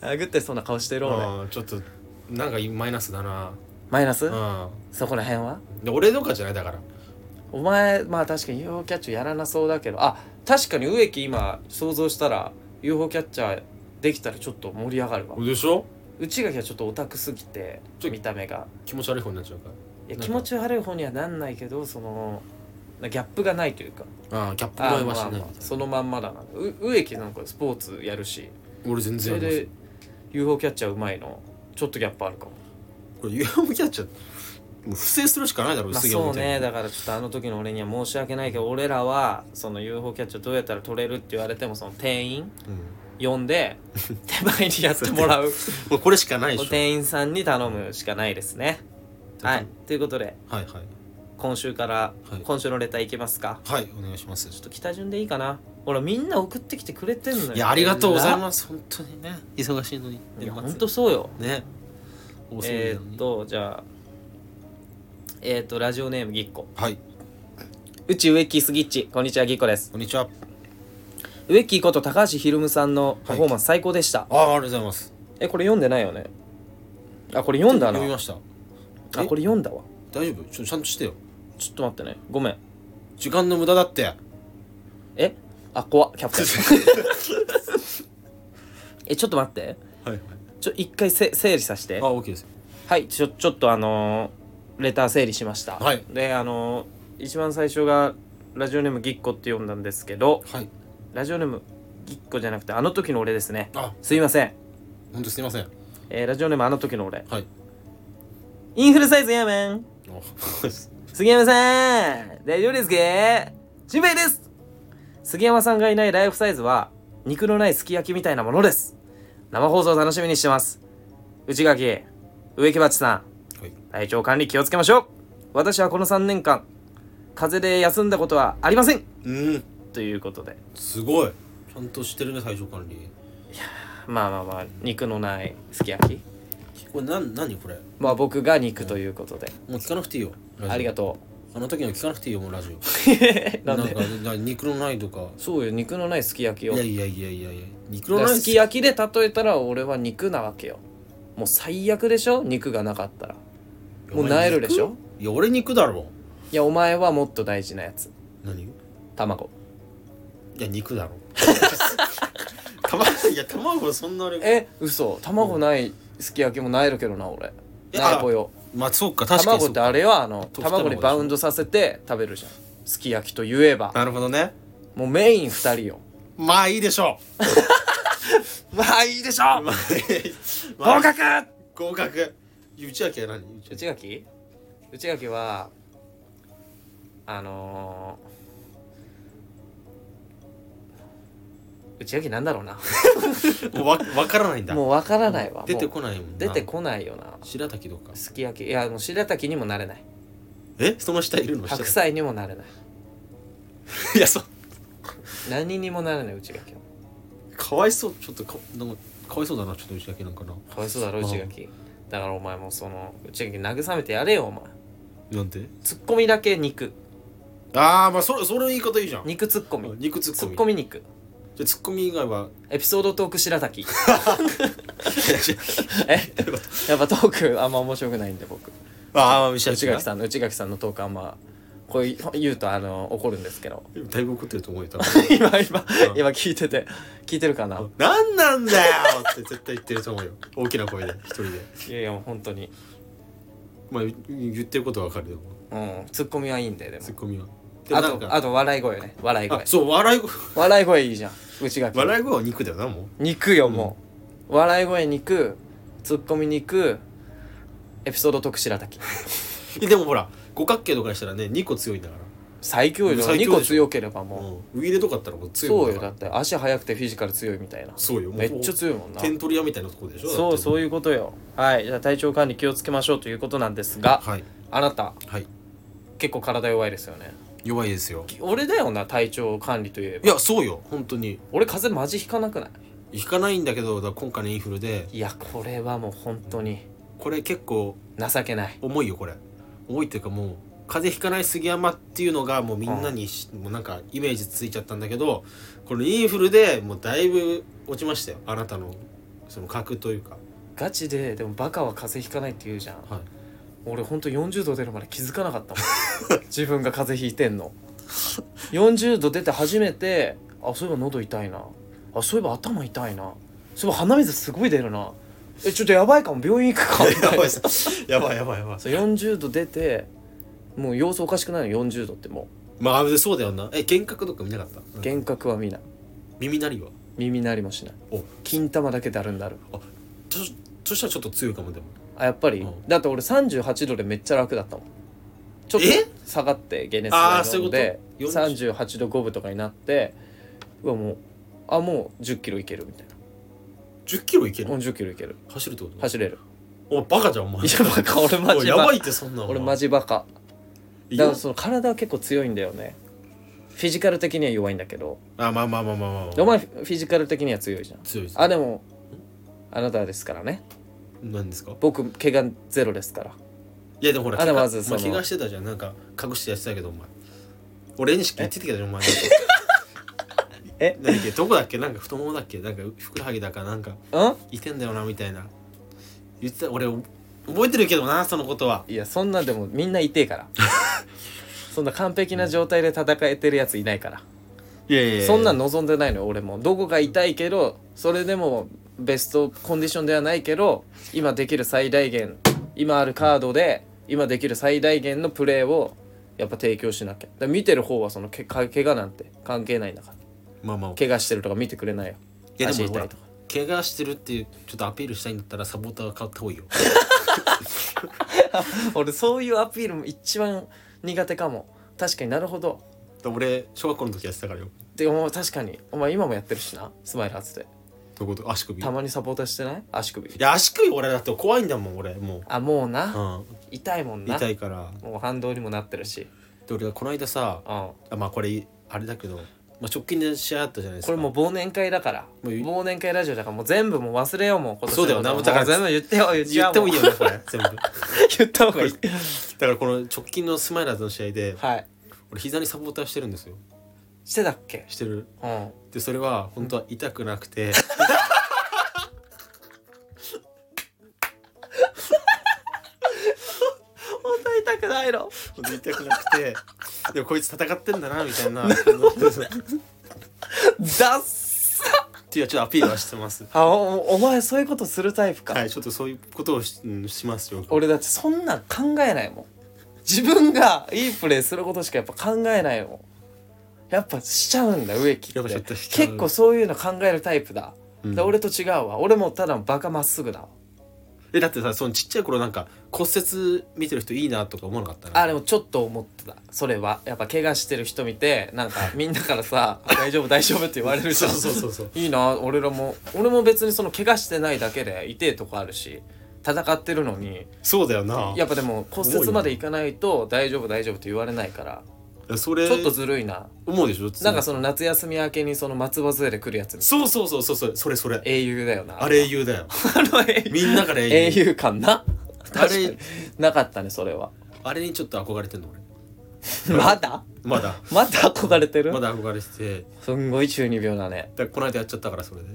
殴ってそんな顔してる俺うんちょっとなんかマイナスだなマイナス、うんそこら辺はで俺とかじゃないだからお前まあ確かに UFO キャッチャーやらなそうだけどあ確かに植木今想像したら UFO キャッチャーできたらちょっと盛り上がるわでしょ内垣はちょっとオタクすぎてちょ見た目が気持ち悪い方になっちゃうかいなやんか気持ち悪い方にはなんないけどそのなギャップがないというからああギャップあ萌えはしまあないまあそのまんまだなう植木なんかスポーツやるし俺全そ然れやりますで UFO キャッチャーうまいのちょっとギャップあるかも、これ UFO キャッチャーもう不正するしかないだろまあ、杉山そうみたいねにだからちょっとあの時の俺には申し訳ないけど俺らはその UFO キャッチャーどうやったら取れるって言われてもその店員うん呼んで 手前にやってもらうもうこれしかないでしょ店員さんに頼むしかないですねはいということではいはい今週から、はい今週のレターいきますかはいお願いしますちょっちょっと北順でいいかなほらみんな送ってきてくれてんのよといやありがとうございすます本当にね忙しいのにいやほ年ん末とそうよね多すぎえるのー、にっとじゃあえー、っとラジオネームぎっこはい、うち植木スギッチこんにちはぎっこですこんにちは。植木こと高橋ひるむさんのパフォーマンス最高でした、ああ、ありがとうございます。えこれ読んでないよねあこれ読んだな読みました。あこれ読んだわ大丈夫ちょちゃんとしてよ。ちょっと待ってねごめん時間の無駄だって。えあ怖っキャプテンえちょっと待ってはいはい。ちょ一回せ整理させてあ、OK です。はいちょちょっとあのーレター整理しました、はいであのー一番最初がラジオネームぎっこって読んだんですけどはい。ラジオネームぎっこじゃなくてあの時の俺ですねあ、すいません、本当すいません。はい。えーラジオネームあの時の俺あインフルサイズやめん 杉山さん大丈夫ですか心配です杉山さんがいないライフサイズは肉のないすき焼きみたいなものです生放送楽しみにしてます内垣植木鉢さはい。ん体調管理気をつけましょう私はこの3年間風邪で休んだことはありませんうん。ということですごい。ちゃんとしてるね、体調管理。まあまあまあ肉のないすき焼きこれ、なん、何これ。まあ僕が肉ということで、もう聞かなくていいよ。ありがととうあの時の聞かなくていいよもうラジオ ななんんかでな肉のないとかそうよ肉のないすき焼きいをやいやいやいやいや肉だのからないすき焼きで例えたら俺は肉なわけよもう最悪でしょ肉がなかったらもうなえるでしょいや俺肉だろいやお前はもっと大事なやつ何い卵や肉 だろ卵いや卵そんなあれえ嘘卵ないすき焼きもなえるけどな俺えなえぽよまあそうか確かに卵そっうてあれはあの溶き卵卵にバウンドさせて食べるじゃんすき焼きといえばなるほどねもうメイン2人よまあいいでしょまあいいでしょう まあ合格合格内訳は何内内垣内垣はあのー、内垣なんだろうなもうわ分からないんだもうわからないわ出てもこないもんうな出てこないよな白滝とかすき焼きいやもう白滝にもなれないえその下いるの白下菜にもなれないいやそう何にもなれない内垣はかわいそうちょっとかなんかかわいそうだなちょっと内訳なんかなかわいそうだろうん内垣だからお前もその内垣慰めてやれよお前なんでツッコミだけ肉ああまあそれそれの言い方いいじゃん肉ツッコミ肉ツツッッココミミ肉じゃあツッコミ以外はエピソードトーク白滝 いえやっぱトークあんま面白くないんで僕やああ内内垣さんの内垣さんのトークあんまこういう言うとあの怒るんです けどだいぶ怒ってると思えた今今うん今聞いてて聞いてるかな 何なんだよって絶対言ってると思うよ大きな声で一人でいやいやもう本当にまあ言言ってることはわかるでもうんツッコミはいいんででもツッコミはでもあなんかとあと笑い声ね笑い声あそう笑い声笑い声いいじゃん内垣笑い声は肉だよなもう肉よもう、笑い声肉ツッコミ肉エピソード特白滝いやでもほら五角形とかにしたらね2個強いんだか最強よ最強でし2ょ個強ければら、もウイイレとかあったらもうう、強いそもうんよだだっかて足速くてフィジカル強いみたいならそうよもうめっちゃ強いもんな点取り屋みたいなとこでしょそうそういういうことよはいじゃあ体調管理気をつけましょうということなんですがはいあなたはい結構体弱いですよね弱いですよ俺だよな体調管理といえいばやそうよ本当に俺風邪マジひかなくない引かないんだけどだから今回のインフルでいやこれはもう本当にこれ結構情けない重いよこれ重いっていうかもう風邪ひかない杉山っていうのがもうみんなにし、もうなんかイメージついちゃったんだけどこのインフルでもうだいぶ落ちましたよあなたのその格というかガチででもバカは風邪ひかないって言うじゃんはい俺ほんと40度出るまで気づかなかったもん 自分が風邪ひいてんの40度出て初めてあそういえば喉痛いなあそういえば頭痛いなそういえば鼻水すごい出るなえちょっとやばいかも病院行くかみたいなやばいさやばいやばいやばい そう40度出てもう様子おかしくないの40度ってもまあそうだよなえ幻覚とか見なかったう幻覚は見ない耳鳴りは耳鳴りもしないお金玉だけだるんだるそそしたらちょっと強いかもでもあやっぱり、うんだって俺38度でめっちゃ楽だったもんちょっえと下がって解熱あー剤飲んでそういうこと38度5分とかになってうわもうあもう1 0キロいけるみたい1 0キロいけなもるう1 0キロいける走るってこと走れる おバカじゃんお前いやバカ俺マおいジやバばカいってそんな俺マジジバカだかあらその体は結構強いんだよねフィジカル的には弱いんだけどまあまあまあまあまあ、まであ、お前フィジカル的には強いじゃん強いですあでもあなたですからね何ですか僕怪我ゼロですからいやでもほらあでも怪我まずそのまあ怪我してたじゃんなんか隠してやってたけどお前俺にしか言ってたけどお前 え何だっけどこだっけなんか太ももだっけなんかふくらはぎだかなんかうんいてんだよなみたいな言ってた俺覚えてるけどなそのことはいやそんなでもみんな痛えから そんな完璧な状態で戦えてるやついないから、いやいやいやそんなん望んでないのよ俺もどこが痛いけどそれでもベストコンディションではないけど今できる最大限今あるカードで今できる最大限のプレーをやっぱ提供しなきゃだから見てる方はそのけか怪我なんて関係ないんだからまあまあ怪我してるとか見てくれないよいやで足もほ痛らいとか怪我してるっていうちょっとアピールしたいんだったらサポーターが買った方がい いよ俺そういうアピールも一番苦手かも確かになるほど俺小学校の時やってたからよでも確かにお前今もやってるしなスマイル発でどういうこと足首いたまにサポーターしてない足首や足首俺だって怖いんだもん俺もあもうう、なう痛いもんん、な痛いからもう反動にもなってるしで俺がこの間さうんあまあこれあれだけどまあ、直近で試合あったじゃないですこかれもう忘年会だからもう言う忘年会ラジオだからもう全部もう忘れようもう今年のそうだよことなだからもう全部言ってよ言っち言ゃっうてもいいよねこれ全部 だか 言った方がいいらこの直近のスマイラーズの試合ではい俺膝にサポーターしてるんですよしてたっけしてる うんでそれは本当は痛くなく て本当は痛くないの本当に痛くなくてでもこいつ戦ってんだなみたいなダッサっていうちょっとアピールはしてますあおお前そういうことするタイプか、はいちょっとそういうことをし,、うん、しますよ俺だってそんなん考えないもん自分がいいプレーすることしかやっぱ考えないもんやっぱしちゃうんだ植木やっってぱしちゃったしちゃう結構そういうの考えるタイプだ、うんで俺と違うわ俺もただのバカまっすぐだわえだってさそのちっちゃい頃なんか骨折見てる人いいなとか思わなかったなあでもちょっと思ってたそれはやっぱ怪我してる人見てなんかみんなか らさ「大丈夫大丈夫」って言われるじゃんそうそうそうそういいな俺らも俺も別にその怪我してないだけで痛えとこあるし戦ってるのにそうだよなやっぱでも骨折までいかないと「大丈夫大丈夫」って言われないからそれちょっとずるいな思うでしょなんかその夏休み明けにその松葉杖で来るやつそうそうそうそうそうそれそれ英雄だよなあれ英雄だよあの英雄みんなから英雄 英雄感あな確かれになかったねそれはあれにちょっと憧れてんの俺まだまだまだ憧れてるまだ憧れててすんごい中二病だねだからこの間やっちゃったからそれで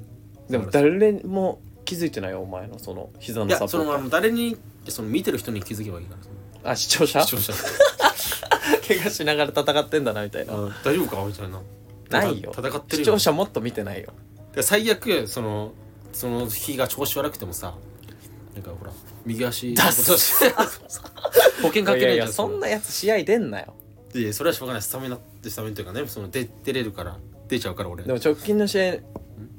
でも誰も気づいてないよお前のその膝いのやサポそのあーの誰にその見てる人に気づけばいいからターあ視聴者視聴者怪我しながら戦ってんだなみたいなあ大丈夫かみたいなないよ戦って視る聴よ者もっと見てないよで最悪そのその日が調子悪くてもさなんかほら右足ダッ保険いかけやれるいやそんなやつ試合出んなよでそれはしょうがないスタミナってスタミナというかねその出出れるから出ちゃうから俺でも直近の試合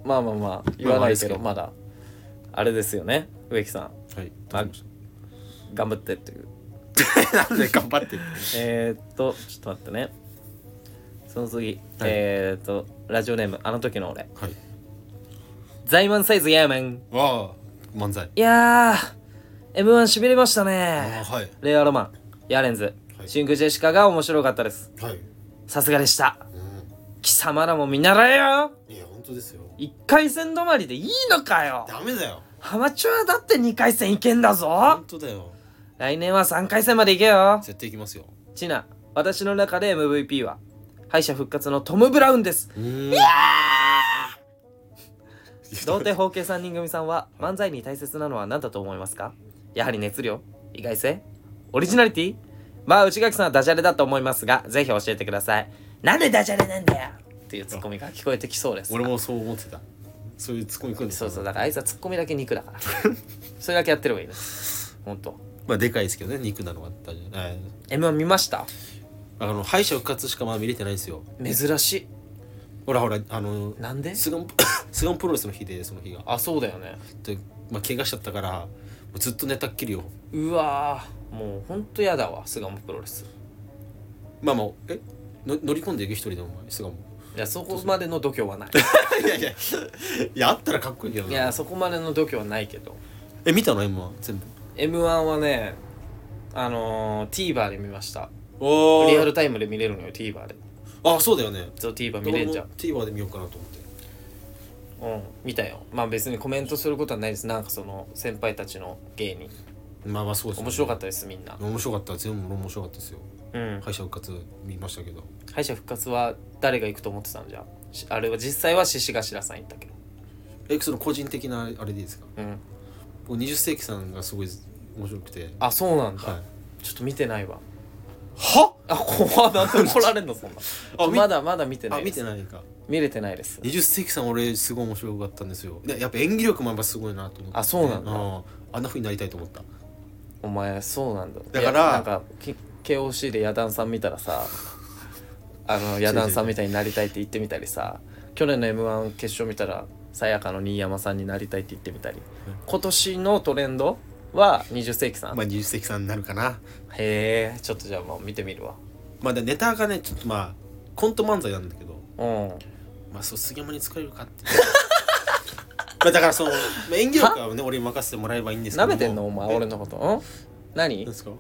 まあまあまあ言わないけどままだあれですよね植木さんはいまあどうしまし頑張ってっていうた なんで頑張ってえー、っとちょっと待ってねその次、はいえー、っとラジオネームあの時の俺はい在満サイズヤーメンわあ漫 才いやー M1 しびれましたねあはい令和ロマンヤーレンズ、はい真空ジェシカが面白かったですはいさすがでしたう貴様らも見習えよんいや本当ですよ1回戦止まりでいいのかよダメだよハマチュアだって2回戦いけんだぞ本当だよ来年は3回戦までいけよ絶対行きますよちな私の中で MVP は敗者復活のトム・ブラウンですうんいや童貞包茎3人組さんは漫才に大切なのは何だと思いますかやはり熱量意外性オリジナリティまあ内垣さんはダジャレだと思いますがぜひ教えてくださいなんでダジャレなんだよっていうツッコミが聞こえてきそうです俺もそう思ってたそういうツッコミくんですそうそうだからあいつはツッコミだけ肉 だからそれだけやってればいいですほんとまあでかいですけどね肉なのがあったじゃない M1 見ましたあの敗者復活しかまだ見れてないんですよ珍しほらほらあのいなんでスガンスガンプ ロレスの日でその日があそうだよねで、まあ、怪我しちゃったからもうずっと寝たっきりようわーもうほんとやだわ巣鴨プロレスまあまあえの乗り込んでいく一人でお前スガンもいやそこまでの度胸は ないいやいやいやあったらかっこいいけどいなやそこまでの度胸はないけどえ見たの今全部 M1 はねあのー、TVer で見ましたおリアルタイムで見れるのよ TVer であそうだよねそう TVer 見れんじゃん俺も TVer で見ようかなと思ってうん見たよまあ別にコメントすることはないですなんかその先輩たちの芸にまあまあそうですね面白かったですみんな面白かった全部俺面白かったですようん敗者復活見ましたけど敗者復活は誰が行くと思ってたんじゃんしあれは実際は獅子頭さん行ったけどえその個人的なあれでいいですかうん僕20世紀さんがすごい面白くてあそうなんだ、はいちょっと見てないわはあ怖っなんで怒られんのそんなあみまだまだ見てなあい見ですてないか見れてないです20世紀さん俺すごい面白かったんですよでやっぱ演技力もやっぱすごいなと思ってあそうなんだああんなふうになりたいと思ったお前そうなんだだからいやなんかき KOC で野団さん見たらさあの野団さんみたいになりたいって言ってみたりさ去年の m 1決勝見たらさやかの新山さんになりたいって言ってみたり今年のトレンドは20世紀さん、まあ20世紀さんになるかなへえちょっとじゃあもう見てみるわまあでネタがねちょっとまあコント漫才なんだけどうんまあそう杉山に使えるかって まあだからその、まあ、演技力はね俺に任せてもらえばいいんですけどなもめてんのお前え俺のことん何何ですかい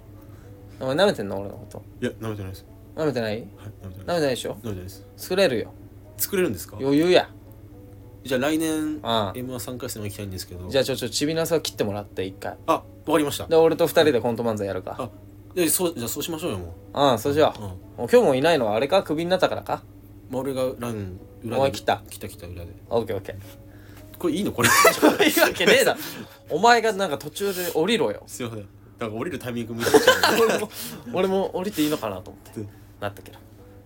お前なめてんの俺のことやなめてないですなめてないはいなめてなないでめてないでしょすなめてないです作れるよ作れるんですか余裕やじゃあ来年うん m 1 3回戦は行きたいんですけどじゃあちょちょちびなさ切ってもらって一回あわかりましたで俺と二人でコント漫才やるかあでそうじゃあそうしましょうよもうんそうしよう、うんうもう今日もいないのはあれかクビになったからかまあ、俺がラン裏おでい来た来た来た裏でオッケーオッケーこれいいの これそういうわけ ねえだろお前がなんか途中で降りろよすいませんなんか降りるタイミン グ見ちゃう俺も俺も降りていいのかなと思ってうんなったけど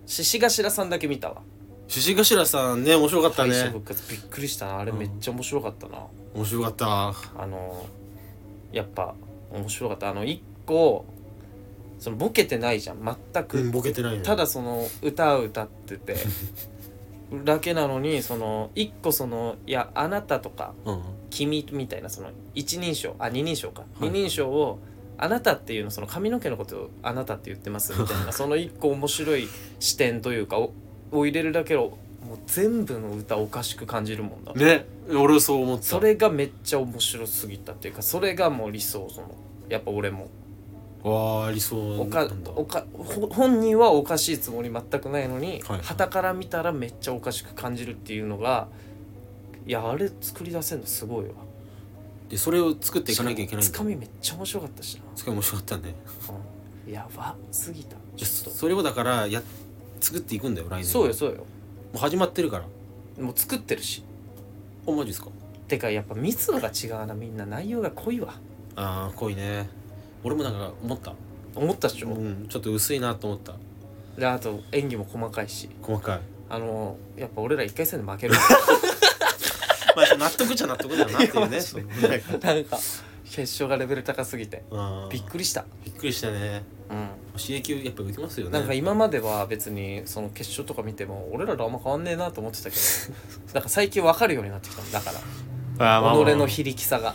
獅子頭さんだけ見たわ獅子頭さんね面白かった敗者ね復活びっくりしたなあれめっちゃ面白かったな、面白かったあのやっぱ面白かったあの一個そのボケてないじゃん全く、うんボケてないよただその歌を歌っててだけなのにその一個そのいやあなたとかうん君みたいなその一人称あ二人称か、い二人称をあなたっていうのその髪の毛のことをあなたって言っ てますみたいなその一個面白い視点というかをを入れるだけをもう全部の歌おかしく感じるもんだ、ね俺そう思ったそれがめっちゃ面白すぎたっていうかそれがもう理想そのやっぱ俺もわあ理想おかなんだおかほ本人はおかしいつもり全くないのにはいはい傍から見たらめっちゃおかしく感じるっていうのがいやあれ作り出せるのすごいわ。でそれを作っていかなきゃいけないんつだかみめっちゃ面白かったしすごい面白かった ねな、やばすぎたじゃちょっとそれをだからや作っていくんだよ来年そうよもそうよう始まってるからもう作ってるしおマジですかてかやっぱ密度が違うなみんな内容が濃いわああ濃いね俺もなんか思った思ったっしょ、うんちょっと薄いなと思ったであと演技も細かいし細 かいあのやっぱ俺ら一回戦で負けるまあ納得じゃ納得だよなっていういやマジでねそのね なんか決勝がレベル高すぎてうんびっくりしたびっくりしたねうん刺激やっぱ受けますよねなんか今までは別にその決勝とか見ても俺らとあんま変わんねえなと思ってた けどなんか最近分かるようになってきたんだからあーまあまあ己の非力さが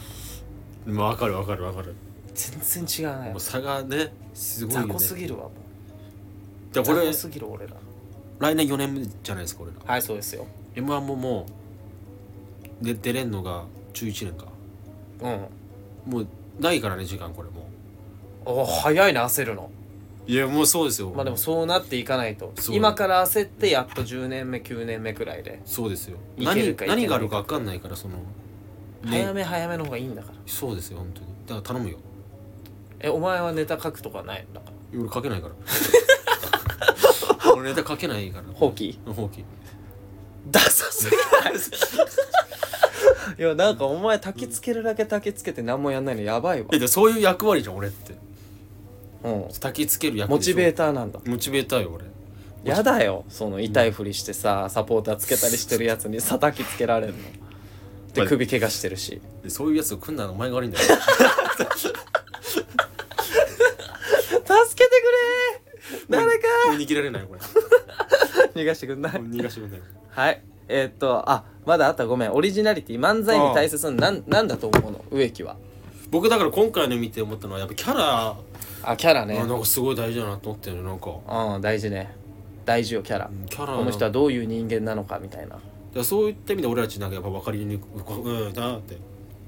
まあわかるわかるわかる全然違うねもう差がねすごいよ雑ね魚すぎるわもうじゃあこれ雑魚すぎる俺ら来年4年目じゃないですか俺らはいそうですよ m 1ももうで出れんのが11年かうんもうないからね時間これもお早いな焦るのういやもうそうですよまあでもそうなっていかないとそう今から焦ってやっと10年目9年目くらいでそうですよい何けるかいけないか何があるか分かんないからその、ね早め早めの方がいいんだからそうですよ本当にだから頼むよえお前はネタ書くとかないんだから俺書けないから 俺ネタ書けないから放棄放棄ダサすぎない いやなんかお前焚きつけるだけ焚きつけて何もやんないのやばいわ えでそういう役割じゃん俺ってうん焚きつける役モチベーーターなんだモチベーターよ俺やだよその痛いふりしてさサポーターつけたりしてるやつにさ叩きつけられ るので首怪我してるしでそういうやつを組んだのお前が悪いんだよ 助けてくれー誰かもう逃げられないよこれ逃がしてくんないもう逃がしてくんないよはいえーっとあまだあったごめんオリジナリティ漫才に大切なのなんなんだと思うの植木は僕だから今回の見て思ったのはやっぱキャラあキャラねあなんかすごい大事だなと思ったよねなんかうん大事ね大事よキャラうんキャラこの人はだかどういう人間なのかみたいならそういった意味で俺たちなんかやっぱ分かりにくいうんだ って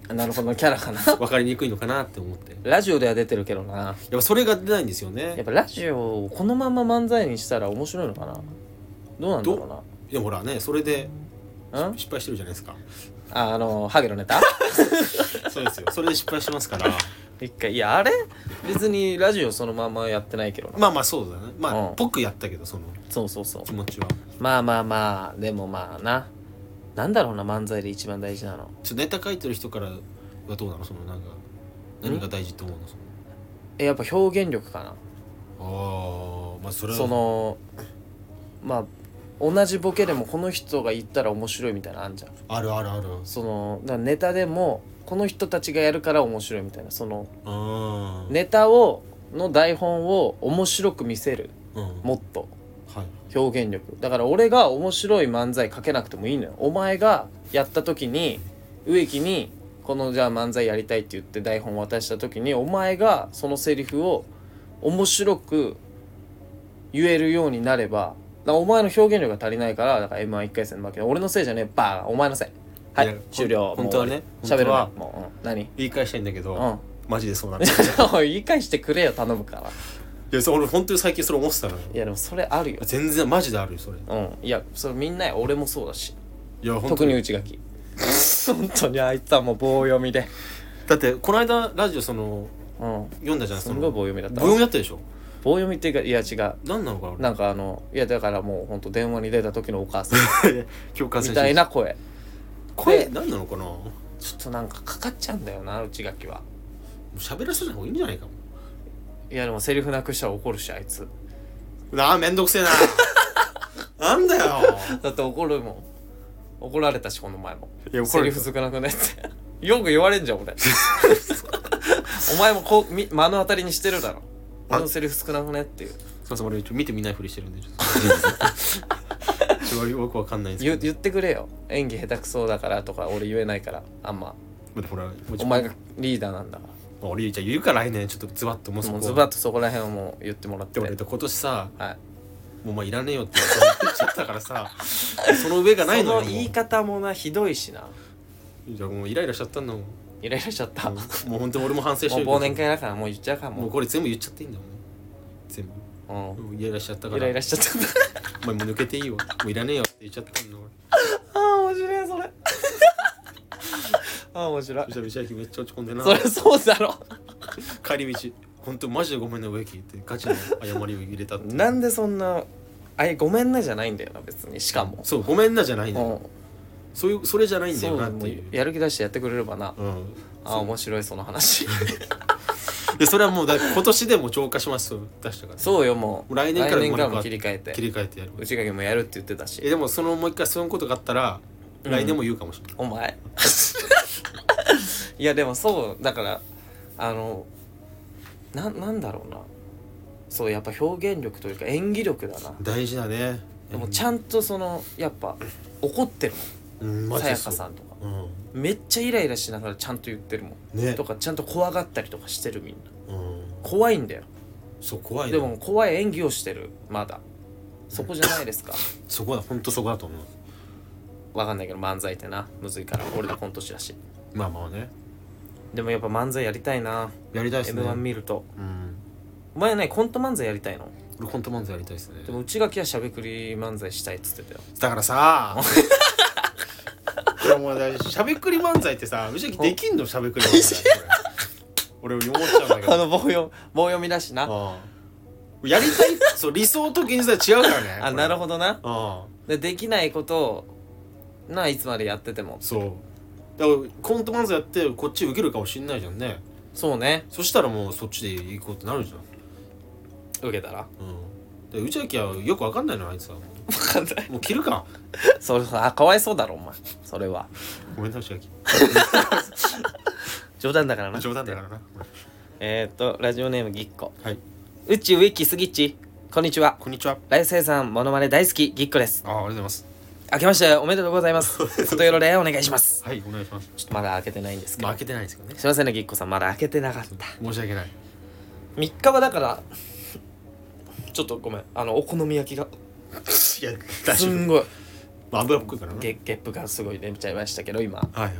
あなるほどキャラかな 分かりにくいのかなって思ってやっラジオでは出てるけどなぱそれが出ないんですよやっねぱラジオをこのまま漫才にしたら面白いのかなどうなんだろうなでもほらねそれでうん失敗してるじゃないですかああのハゲのネタそうですよそれで失敗してますから 一回いやあれ別にラジオそのままやってないけどなまあまあそうだねまあ、うんぽくやったけどそのそうそうそう気持ちはまあまあまあでもまあななんだろうな漫才で一番大事なのちょネタ書いてる人からはどうなのそのなんか何が大事と思うのそえやっぱ表現力かなのああまあそれはそのまあ同じボケでもこの人が言ったら面白いみたいなのあんじゃんあるあるあるそのだからネタでもこの人たちがやるから面白いみたいなそのああネタをの台本を面白く見せるうんはいもっと表現力だから俺が面白い漫才書けなくてもいいのよお前がやった時に植木にこのじゃあ漫才やりたいって言って台本渡した時にお前がそのセリフを面白く言えるようになればだからお前の表現力が足りないからだから m 1 1回戦の負け俺のせいじゃねえバーお前のせいはいやい終了ほん本当はねもう喋るな本もう、うん、何 言い返したいんだけど、うんマジでそうなんだおい言い返してくれよ頼むからいいやそれ俺本当に最近それ思ってたのよいやでもそれあるよ全然マジであるよそれうんいやそれみんなや俺もそうだしいや本当特に内垣 本当にあいつはもう棒読みでだってこの間ラジオそのうん読んだじゃんすそんのごい棒読みだった棒読みやったでしょ棒読みっていうかいや違う何なのか俺なんかあのいやだからもう本当電話に出た時のお母 さん共感みたいな声声で何なのかなちょっとなんかかかっちゃうんだよな内垣は喋らせない方がいいんじゃないかもいやでもセリフなくしたら怒るしあいつなあめんどくせえな なんだよだって怒るもん怒られたしこの前もいや怒セらリれフた少なくねって よく言われんじゃん 俺お前もこうみ目の当たりにしてるだろあ俺のセリフ少なくねっていうすいません俺ちょっと見てみないふりしてるんでちょっと ちょっとよくわかんないんです言けど言ってくれよ演技下手くそだからとか俺言えないからあんまだってほらもうちょっとお前がリーダーなんだか俺じゃあ言うから来年ちょっとズバッともうらそもうこズバッとそこら辺をもう言ってもらっでて俺と今年さはいもうお前いらねえよって言っちゃったからさその上がないそのよの言い方もなひどいしなもうじゃあもうイライラしちゃったんだもんイライラしちゃったもうもう本当に俺も反省してる忘年会だからもう言っちゃうかもうもこれ全部言っちゃっていいんだもん全う、部もうイライラしちゃったん、かイらライラしちゃったんだ お前もう抜けていいよもういらねえよって言っちゃったんだ俺ああ面白いそれ ああ面白いそしたら石垣めっちゃ落ち込んでなそりゃそうだろ帰り道本当マジでごめんね植木ってガチの謝りを入れたっていうなんでそんな「あいごめんな」じゃないんだよな別にしかもそうごめんなじゃないんだもよそういうそれじゃないうんだそようなっもていううやる気出してやってくれればなうんあー面白いその 話でそれはもうだ今年でも超過しますよ出したからそうよもう来年からもうなんかも切り替え切てり替えてやる内垣もやるって言ってたえしでもそのもう一回そういうことがあったらうん来年も言うかもしれない、お前 いやでもそうだからあのななんだろうなそうやっぱ表現力というか演技力だな大事だねでもちゃんとそのやっぱ怒ってるうんもマんジでさやそかうさんとかうんめっちゃイライラしながらちゃんと言ってるもんねとかちゃんと怖がったりとかしてるみんなうん怖いんだよそう怖いでねも怖い演技をしてるまだそこじゃないですかそこだ本当そこだと思うわかんないけど漫才ってなむずいから俺らコント師だしまあまあねでもやっぱ漫才やりたいな、やりたいですね m 1見るとうんお前ねコント漫才やりたいの俺コント漫才やりたいですねでも内垣はしゃべくり漫才したいっつってたよだから さいやもうだしゃべくり漫才ってさむしろできんのしゃべくり漫才これ俺思っちゃうんだけどあの棒読棒読みだしなうんやりたいそう理想と現実は違うからねあなるほほどなどでできないことをないつまでやっててもそうだからコント漫才やってこっち受けるかもしんないじゃんねそうねそしたらもうそっちで行こうってなるじゃん受けたらうんで内垣はよくわかんないのあいつは分かんないもう切るか それあかわいそうだろお前それはごめんな内垣冗談だからな冗談だからなえー、っとラジオネームぎっこはい宇宙ウィッキースギッチこんにちはこんにちはライフ生産モノマネ大好きぎっこですああありがとうございます明けましておめでとうござい ますことよろでお願いしますはいお願いしますちょっとまだ開けてないんですけど、まあ開けてないですけどねすいませんねぎっこさんまだ開けてなかった申し訳ない3日はだからちょっとごめんあのお好み焼きがいや大す丈んごい夫油っぽいからなはいゲゲップがすごい出ちゃいましたけど今はい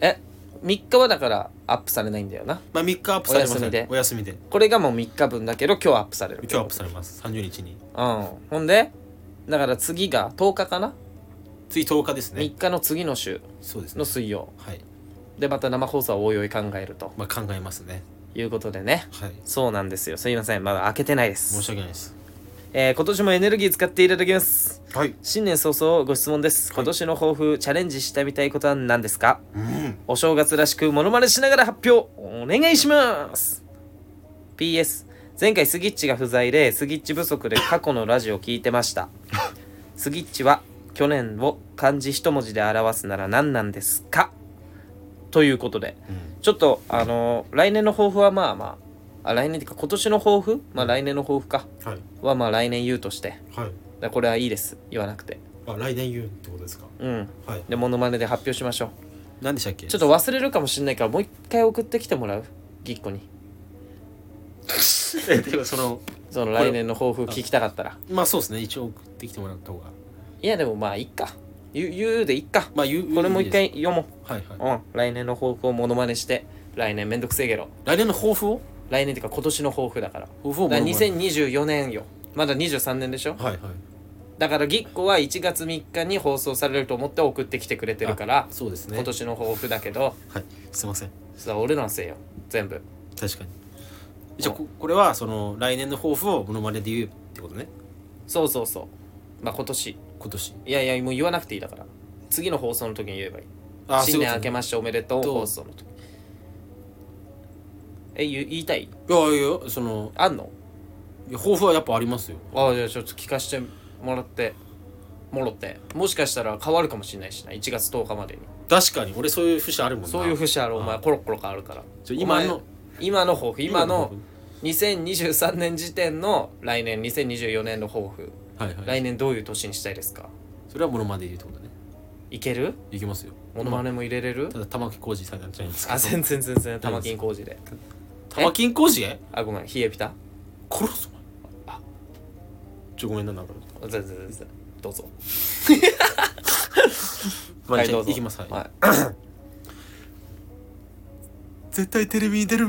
え3日はだからアップされないんだよなまあ3日アップされますお休みでお休みでこれがもう3日分だけど今日アップされる今日アップされます30日にうんほんでだから次が10日かな、次10日ですね3日の次の週そうですねの水曜はいでまた生放送はおいおい考えるとまあ考えますねいうことでねはいそうなんですよすいませんまだ開けてないで申すし、訳ないですえー今年もエネルギー使っていただきますはい新年早々ご質問ですはい今年の抱負チャレンジしてみたいことは何ですかうんお正月らしくモノマネしながら発表お願いします PS 前回スギッチが不在でスギッチ不足で過去のラジオを聞いてましたスギッチは去年を漢字一文字で表すなら何なんですかということでうんちょっとあの来年の抱負はまあまああ来年っていうか今年の抱負まあ来年の抱負かはいはまあ来年言うとしてだかはいらこれはいいです言わなくてあ来年言うってことですかうんはいでモノマネで発表しましょう何でしたっけちょっと忘れるかもしれないからもう一回送ってきてもらうぎっこにと えてかそのその来年の抱負聞きたかったらまあそうですね一応送ってきてもらった方がいやでもまあいっか言う言うでいっかまあ言うこれもう一いい回読もですはいうはうん来年の抱負をモノマネして来年めんどくせえけどい来年の抱負を来年っていうか今年の抱負だからだおフォからーム2024年よまだ23年でしょはいはいだからぎっこは1月3日に放送されると思って送ってきてくれてるからあそうですね今年の抱負だけどはいすいませんそれは俺らのせいよ全部確かにじゃあここれはその来年の抱負をモノマネで言うってことねそうそうそうまあ今年今年いやいやもう言わなくていいだから次の放送の時に言えばいいあ新年そう明いけうこましておめでとうどう放送の時え言う言いたいとねいやいやそのあんのいや抱負はやっぱありますよああじゃあちょっと聞かせてもらってもろってもしかしたら変わるかもしれないしな1月10日までに確かに俺そういう節あるもんなそういう節あるお前あコロコロ変わるからちょ今のお前今の抱負今の抱2023年時点の来年2024年の抱負負はいはい来年どういう年にしたいですかそれはモノマネで言うってことねいけるいきますよモノマネも入れれるただ玉置浩二さんになっちゃうんですけあど全然全然玉金工事で玉置浩二あごめん冷えピタ殺すお前あちょごめんななんか全然全然どうぞまあじゃあどうぞいきますはいはい絶対テレビに出る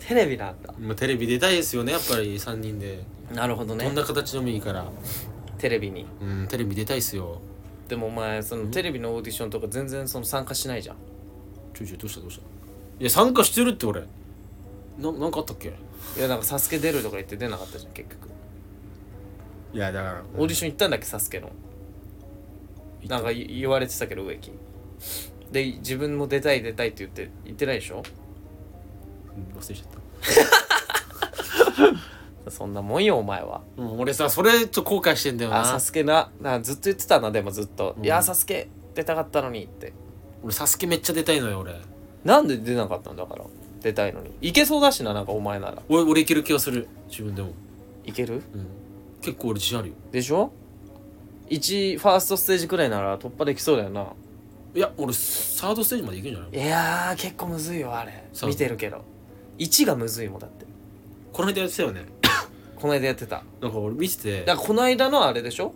テレビなんだまあテレビ出たいですよねやっぱり3人でなるほどどねんな形でもいいからテレビにうんテレビ出たいっすよでもお前そのテレビのオーディションとか全然その参加しないじゃんちょいちょいどうしたどうしたいや参加してるって俺ななんかあったっけいやなんか「サスケ出るとか言って出なかったじゃん結局いやだからオーディション行ったんだっけサスケのなんかい言われてたけど植木で自分も出たい出たいって言って言ってないでしょうん忘れちゃったそんなもんよお前はうん、俺さそれちょっと後悔してんだよあなサスケななずっと言ってたなでもずっと「うんいやサスケ出たかったのに」って俺サスケめっちゃ出たいのよ俺なんで出なかったんだから出たいのにいけそうだしななんかお前なら俺俺いける気がする自分でも、いけるうん、結構俺自信あるよでしょ1ファーストステージくらいなら突破できそうだよないや俺サードステージまでいけんじゃないいやー結構むずいよあれそう見てるけど1がむずいもんだってこの間やってたよねこの間やってたなんか俺見ててだからこの間のあれでしょ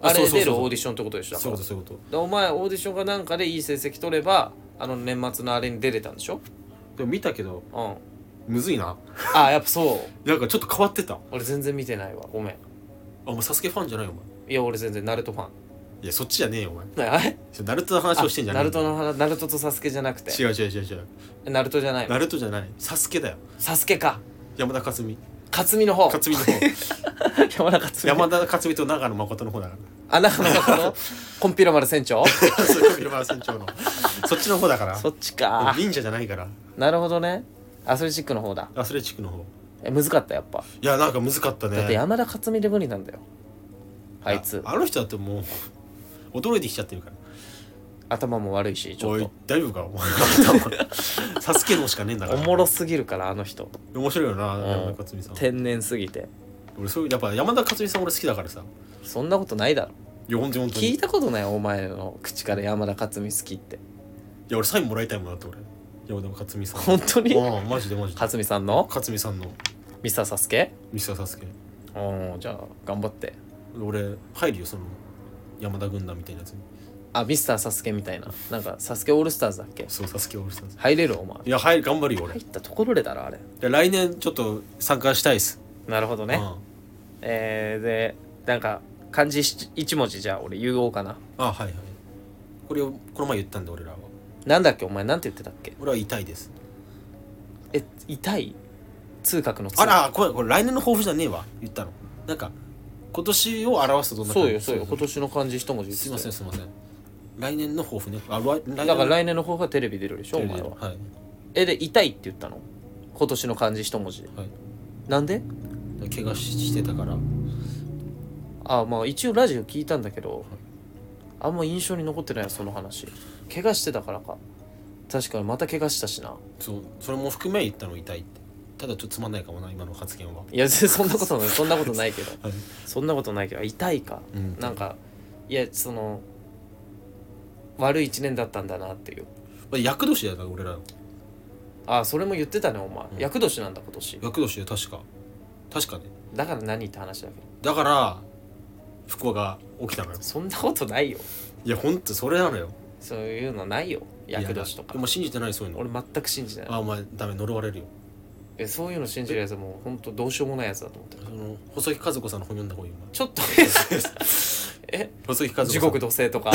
ああれそうそう出そうるそうオーディションってことでしょだかそういうらことそういうこでお前オーディションかなんかでいい成績取ればあの年末のあれに出れたんでしょとでも見たけどうんむずいなあやっぱそうなんかちょっと変わってたあ俺全然見てないわごめんお前サスケファンじゃないよお前いや俺全然ナルトファンいやそっちじゃねえよお前あれそれナルトの話をしてんじゃねナえルトの話ナルトとサスケじゃなくて違う違う違う違うナルトじゃないナルトじゃないサスケだよサスケか山田勝美克巳の方勝美 の方山田克巳山田勝美と長野誠の方だから あなたのこのコンピラマル船長それ広間船長のそっちの方だからそっちか忍者じゃないからなるほどねアスレチックの方だアスレチックの方え難かったやっぱいやなんか難かったねだって山田勝美で無理なんだよあいつあの人だってもう驚いてきちゃってるから頭も悪いしちょおっいと大丈夫かお 前サスケのしかねえんだかおらもろすぎるからあの人面白いよな山田勝美さん天然すぎて俺そういうやっぱ山田勝美さん俺好きだからさそんなことないだろいや本当に本当に聞いいたことないお前の口から山田勝美好きってや俺サインもらいたいもんだって俺山田勝美さん本当にうんマジでマジで勝美さんの勝美さんのミスターサスケミスターサスケうんじゃあ頑張って俺入るよその山田軍団みたいなやつにあミスターサスケみたいななんかサスケオールスターズだっけそうサスケオールスターズ入れるお前いや入る頑張るよ俺入ったところでだろあれで来年ちょっと参加したいっすなるほどね、うんえー、でなんか漢字1文字じゃあ俺言おうかなあはいはいこれをこの前言ったんで俺らはなんだっけお前なんて言ってたっけ俺は痛いですえ痛い痛覚の痛あらこれこれ来年の抱負じゃねえわ言ったのなんか今年を表すとどんな感そじうよそうよ今年の漢字一文字言ってすたいよませんすいません来年の抱負ねあ来来年だから来年の方がテレビ出るでしょお前ははいえで痛いって言ったの今年の漢字一文字ではいなんで怪我ししてたからあまあ一応ラジオ聞いたんだけどあんま印象に残ってないよその話怪我してたからか確かにまた怪我したしなそうそれも含め言ったの痛いってただちょっとつまんないかもな今の発言はいや 全然そんなことないそんなことないけどはいそんなことないけど痛いか、うんなんかいやその悪い一年だったんだなっていうまあ厄年だよだから俺らあそれも言ってたねお前厄、年なんだ今年厄年だよ確か確かねだから何って話だけどだから不幸が起きたのよそんなことないよいやほんとそれなのよそういうのないよ厄年といやでかも信じてないそういうの俺全く信じてないあお前ダメ呪われるよえそういうの信じるやつはもう本当どうしようもないやつだと思ってるその細木和子さんの本読んだ方がいいよお前ちょっ と変ですえ細木和子 地さん獄土星 とか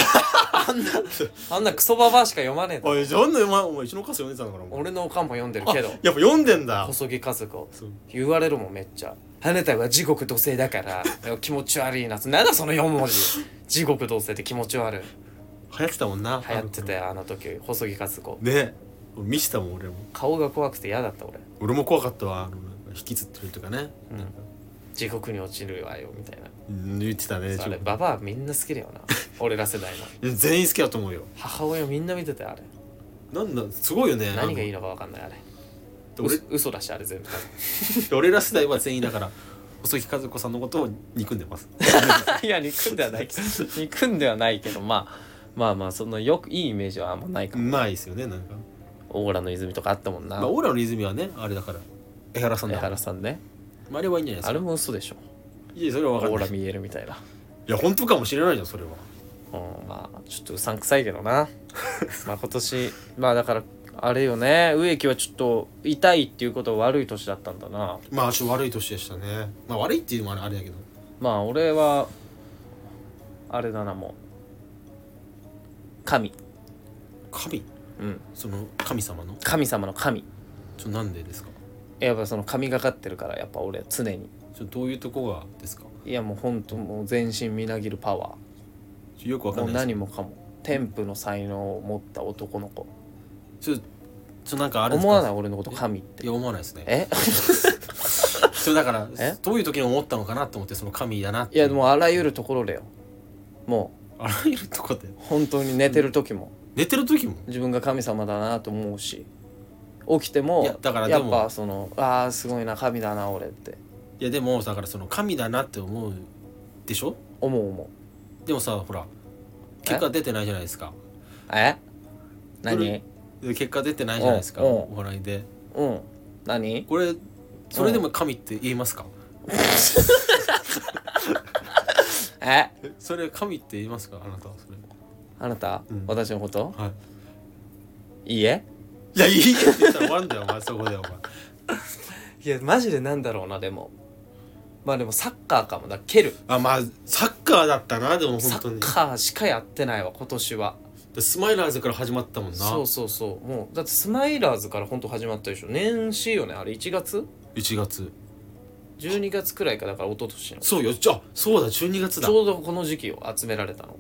あんなクソババアしか読まねえだろおいじゃあなんでお前お前うちの母さん読んでたんだからお前俺のおかんも読んでるあけどやっぱ読んでんだ細木数子そう言われるもんめっちゃ「あなたは地獄土星だから気持ち悪いな」なんだその4文字地獄土星って気持ち悪い流行ってたもんな流行ってたよあの時細木数子ね見せたもん俺も顔が怖くて嫌だった俺俺も怖かったわあのなんか引きずってるとかね、うんなんか地獄に落ちるわよみたいなうん言ってたねそうあれちょババアみんな好きだよな俺ら世代のっと全員好きだと思うよ母親みんな見てたよあれなんだすごいよね何がいいののか分かんないあれ俺 嘘嘘だしあれ全部俺ら世代は全員だから細木和子さんのことを憎んでますいや憎んではない 憎んではないけどまあまあまあそのよくいいイメージはあんまないかも、まあいいですよねなんかオーラの泉とかあったもんな、まあオーラの泉はねあれだから江原さん江だから原さんねまああれはいいんじゃないですあかれも嘘でしょいやそれはオ分かんーなラい見えるみたいないや本当かもしれないじゃんそれはうんまあちょっとうさんくさいけど なまあ今年まあだからあれよね植木はちょっと痛いっていうことは悪い年だったんだなまあちょっと悪い年でしたねまあ悪いっていうのもあれだけどまあ俺はあれだなもう神神うんその神様の神様の神ちょなんでですかやっぱその神がかってるからやっぱ俺常にちょどういうとこがですかいやもうほんともう全身みなぎるパワちょよくわーかもうんないで何もかも天賦の才能を持った男の子すちょちょなんかあれです思かわない俺のこと神っていや思わないですねえそれだからえどういう時に思ったのかなと思ってその神だなっていやでもあらゆるところでよもあらゆるとこでう本当に寝てる時も寝てる時も自分が神様だなと思うし起きていやもだからでやもっぱそのああすごいな神だな俺っていやでもだからその神だなって思うでしょ思う思うでもさほら結果出てないじゃないですかえそ何れで結果出てないじゃないですかうんお笑いでうん何これそれでも神って言えますかええそれ神って言いますかあなたはそれあなた、うん私のことはいいいえいやいいって言ったら終わるんだよお前そこでお前いやマジでなんだろうなでもまあでもサッカーかもだ蹴るあまあサッカーだったなでもサ本当ッにカーしかやってないわ今年はでスマイラーズから始まったもんなそうそうそうもうだってスマイラーズから本当始まったでしょ年始よねあれ1月1月12月くらいかだから一昨年のちそうよじゃあそうだ12月だょうどこの時期を集められたの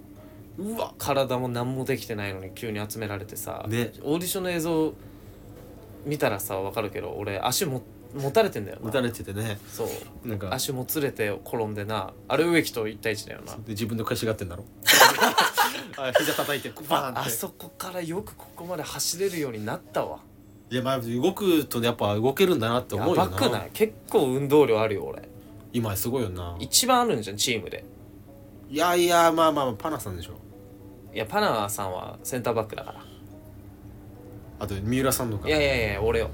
うわ体も何もできてないのに急に集められてさ、ねオーディションの映像見たらさ分かるけど俺足も持たれてんだよ打なたれててねそうなんか足もつれて転んでなあれ植木と一対一だよなで自分で悔しがって んだろあ膝叩いてバーンってあそこからよくここまで走れるようになったわいやまあ動くとやっぱ動けるんだなってや思うよばなくない結構運動量あるよ俺今すごいよな一番あるんじゃんチームでいやいやまあまあパナさんでしょいやパナーさんはセンターバックだからあと三浦さんのかいやいやいや俺よ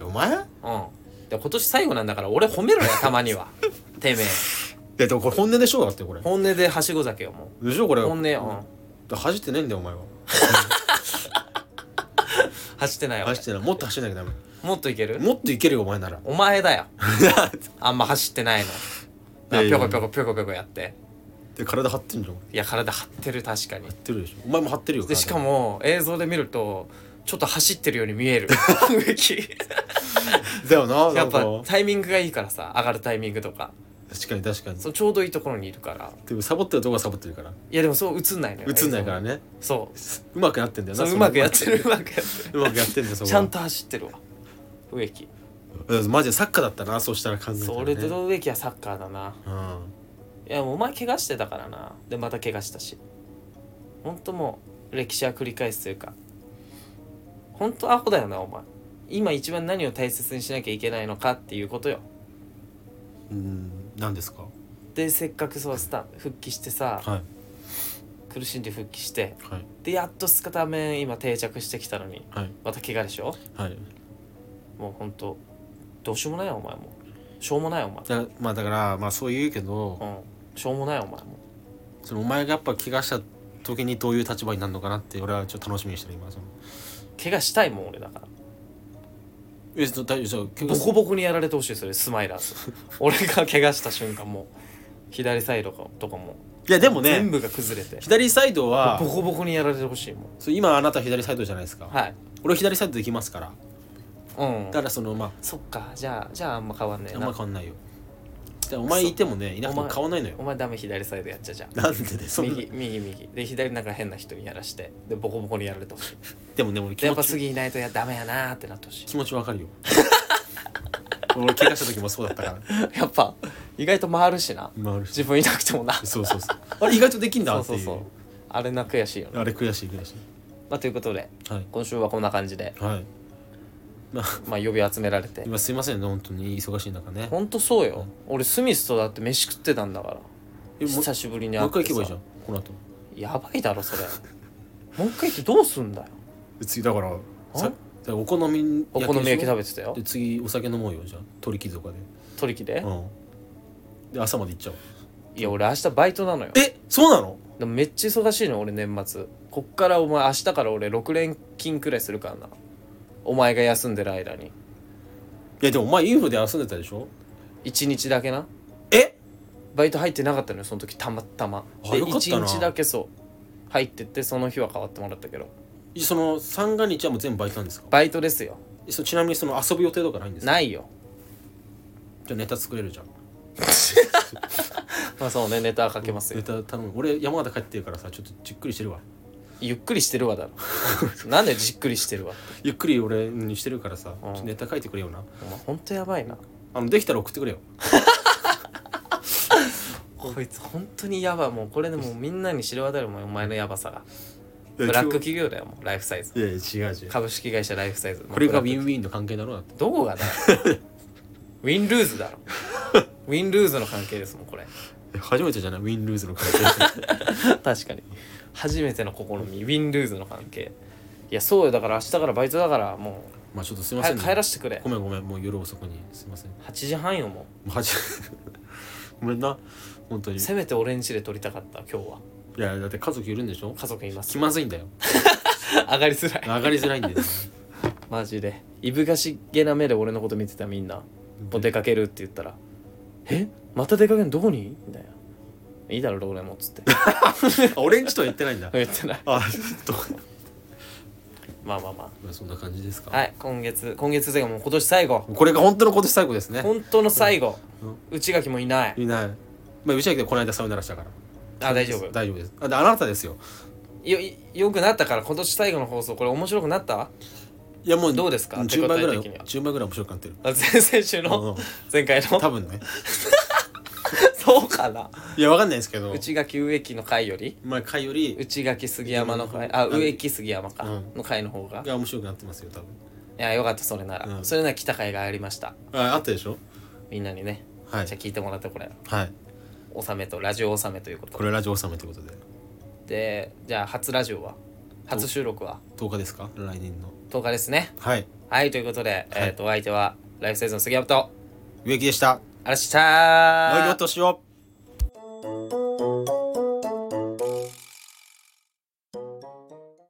お前いうんで今年最後なんだから俺褒 めろよたまにはてめえやでもこれ本音でしょだってこれ本音ではしご酒よもでしょこれう本音よ、うんうん走ってないんだよお前は走ってないよ走ってないもっと走らなきゃダもっといけメるもっといけるよお前ならお前 だよあんま走ってないのいやいぴやょこぴょこぴょこぴょこやってで体張ってんじゃん張いや体張ってる確かにってるでしょお前も張ってるよで体しかも映像で見るとちょっと走ってるように見 える植木だよなややっっぱぱタイミングがいいからさ上がるタイミングとか確かに確かにそうちょうどいいところにいるからでもサボってるとこはサボってるからいやでもそう映んないのよ映んないからね映像そううまくなってんだよなそうそうまくやってるうまくやってうまくやってんだよそこるちゃんと走ってるわ植木うんマジでサッカーだったなそうしたら完全にそれで植木はサッカーだなうんいやもうお前怪我してたからなでまた怪我したしほんともう歴史は繰り返すというかほんとアホだよなお前今一番何を大切にしなきゃいけないのかっていうことようん何ですかでせっかくそうスタ復帰してさはい苦しんで復帰してはいでやっとスカタメン今定着してきたのにはいまた怪我でしょはいもうほんとどうしようもないよお前もうしょうもないよお前だまあだからまあそう言うけどうんしょうもないよお前もそのお前がやっぱ怪我した時にどういう立場になるのかなって俺はちょっと楽しみにしてる今その怪我したいもん俺だからえちょっと大丈夫ですよボコボコにやられてほしいそれスマイラ ーズ俺が怪我した瞬間もう左サイドかとかもいやでも全ね部が崩れて左サイドはボコボコにやられてほしいもんそう今あなた左サイドじゃないですか、はい俺左サイドできますからうんだからそのまあそっかじゃあじゃああんま変わんねえあんまな変わんないよでお前いてもねいなくても変わんないのよお前ダメ左サイドやっちゃうじゃんなんでで そんな右右右で左なんか変な人にやらしてでボコボコにやられて ほしいでもね俺で気や持っぱち次いないといやダメやなーってなってほ しい気持ちわかるよ俺怪我した時もそうだったからやっぱ意外と回るしな回るし自分いなくてもな そうそうそうあれ意外とできんだそうってそういうそうあれな悔しいよな、あれ悔しい悔しいまあ、ということではい今週はこんな感じで、はいまあまあ、呼び集められて今すいませんね本当に忙しい中ねほんとそうよ俺スミスとだって飯食ってたんだからえもう久しぶりにもう会っ一回行けてさばいいじゃんこの後やばいだろそれもう一回行ってどうすんだよ次だからあささお好み焼きお好み焼でしきょ食べてたよで次お酒飲もうよじゃあ鳥貴族とか取り木ででうんで朝まで行っちゃおういや俺明日バイトなのよえそうなのでもめっちゃ忙しいの俺年末こっからお前明日から俺6連勤くらいするからなお前が休んでる間にいやでもお前インフで休んでたでしょ1日だけなえバイト入ってなかったのよその時たまたまあでよかったな1日だけそう入ってってその日は変わってもらったけどその三が日はもう全部バイトなんですかバイトですよそちなみにその遊ぶ予定とかないんですかないよじゃあネタ作れるじゃんまあそうねネタはかけますよネタ頼む俺山形帰ってるからさちょっとじっくりしてるわ ゆっくりしてるわ だろなんでじっくりしてるわってゆっくり俺にしてるからさ、うんちょっとネタ書いてくれよなお前ほんとやばいなあのできたら送ってくれよこいつ本当にやばいもうこれでもうみんなに知れ渡るもんお前のやばさがブラック企業だよもうライフサイズいやいや違う違う株式会社ライフサイズこれがウィンンウィンの関係だろだってどこがだよ ウィンルーズだろウィンルーズの関係ですもんこれえ初めてじゃないウィンルーズの関係確かに初めての試みウィンルーズの関係いやそうよだから明日からバイトだからも まあちょっとすいうません、早ね、く帰らせてくれごめんごめんもう夜遅くにすいませんも8時半よもうはじ ごめんな本当にういせめて俺ん家で撮りたかった今日はやだって家族いるんでしょ家族います気まずいんだよ上がりづらい上がりづらいん だよねマジでいぶがしげな目で俺のこと見てたみんなもう出かけるって言ったら「えまた出かけるどこに?」みたいな「いいだろ俺も」っつって あ俺んちとは言ってないんだ言ってないあちょっとまあまあままあそんな感じですかあはい今月今月というかもう今年最後これが本当の今年最後ですね本当の最後うん内垣もいないいないまあ内垣でこの間サウナらしたからあ大丈夫大丈夫ですあであなたですよよよくなったから今年最後の放送これ面白くなったいやもうどうですか10倍ぐらい手応え的には10倍ぐらい面白くなってるあ前先週うんうのん前回多の分ね そうかないやわかんないですけど内垣植木の回よりまあ回より内垣杉山の回ああ植木杉山かうんの回の方がいが面白くなってますよ多分やよかったそれならうんそれなら来た回がありましたああったでしょみんなにねはいじゃあ聞いてもらってこれはい納めとラジオ納めということこれラジオ納めということででじゃあ初ラジオは初収録は10日ですか来年の10日ですねはいはいということでえっとお相手はライフサイズの杉山と植木でしたあらしたー良いお年を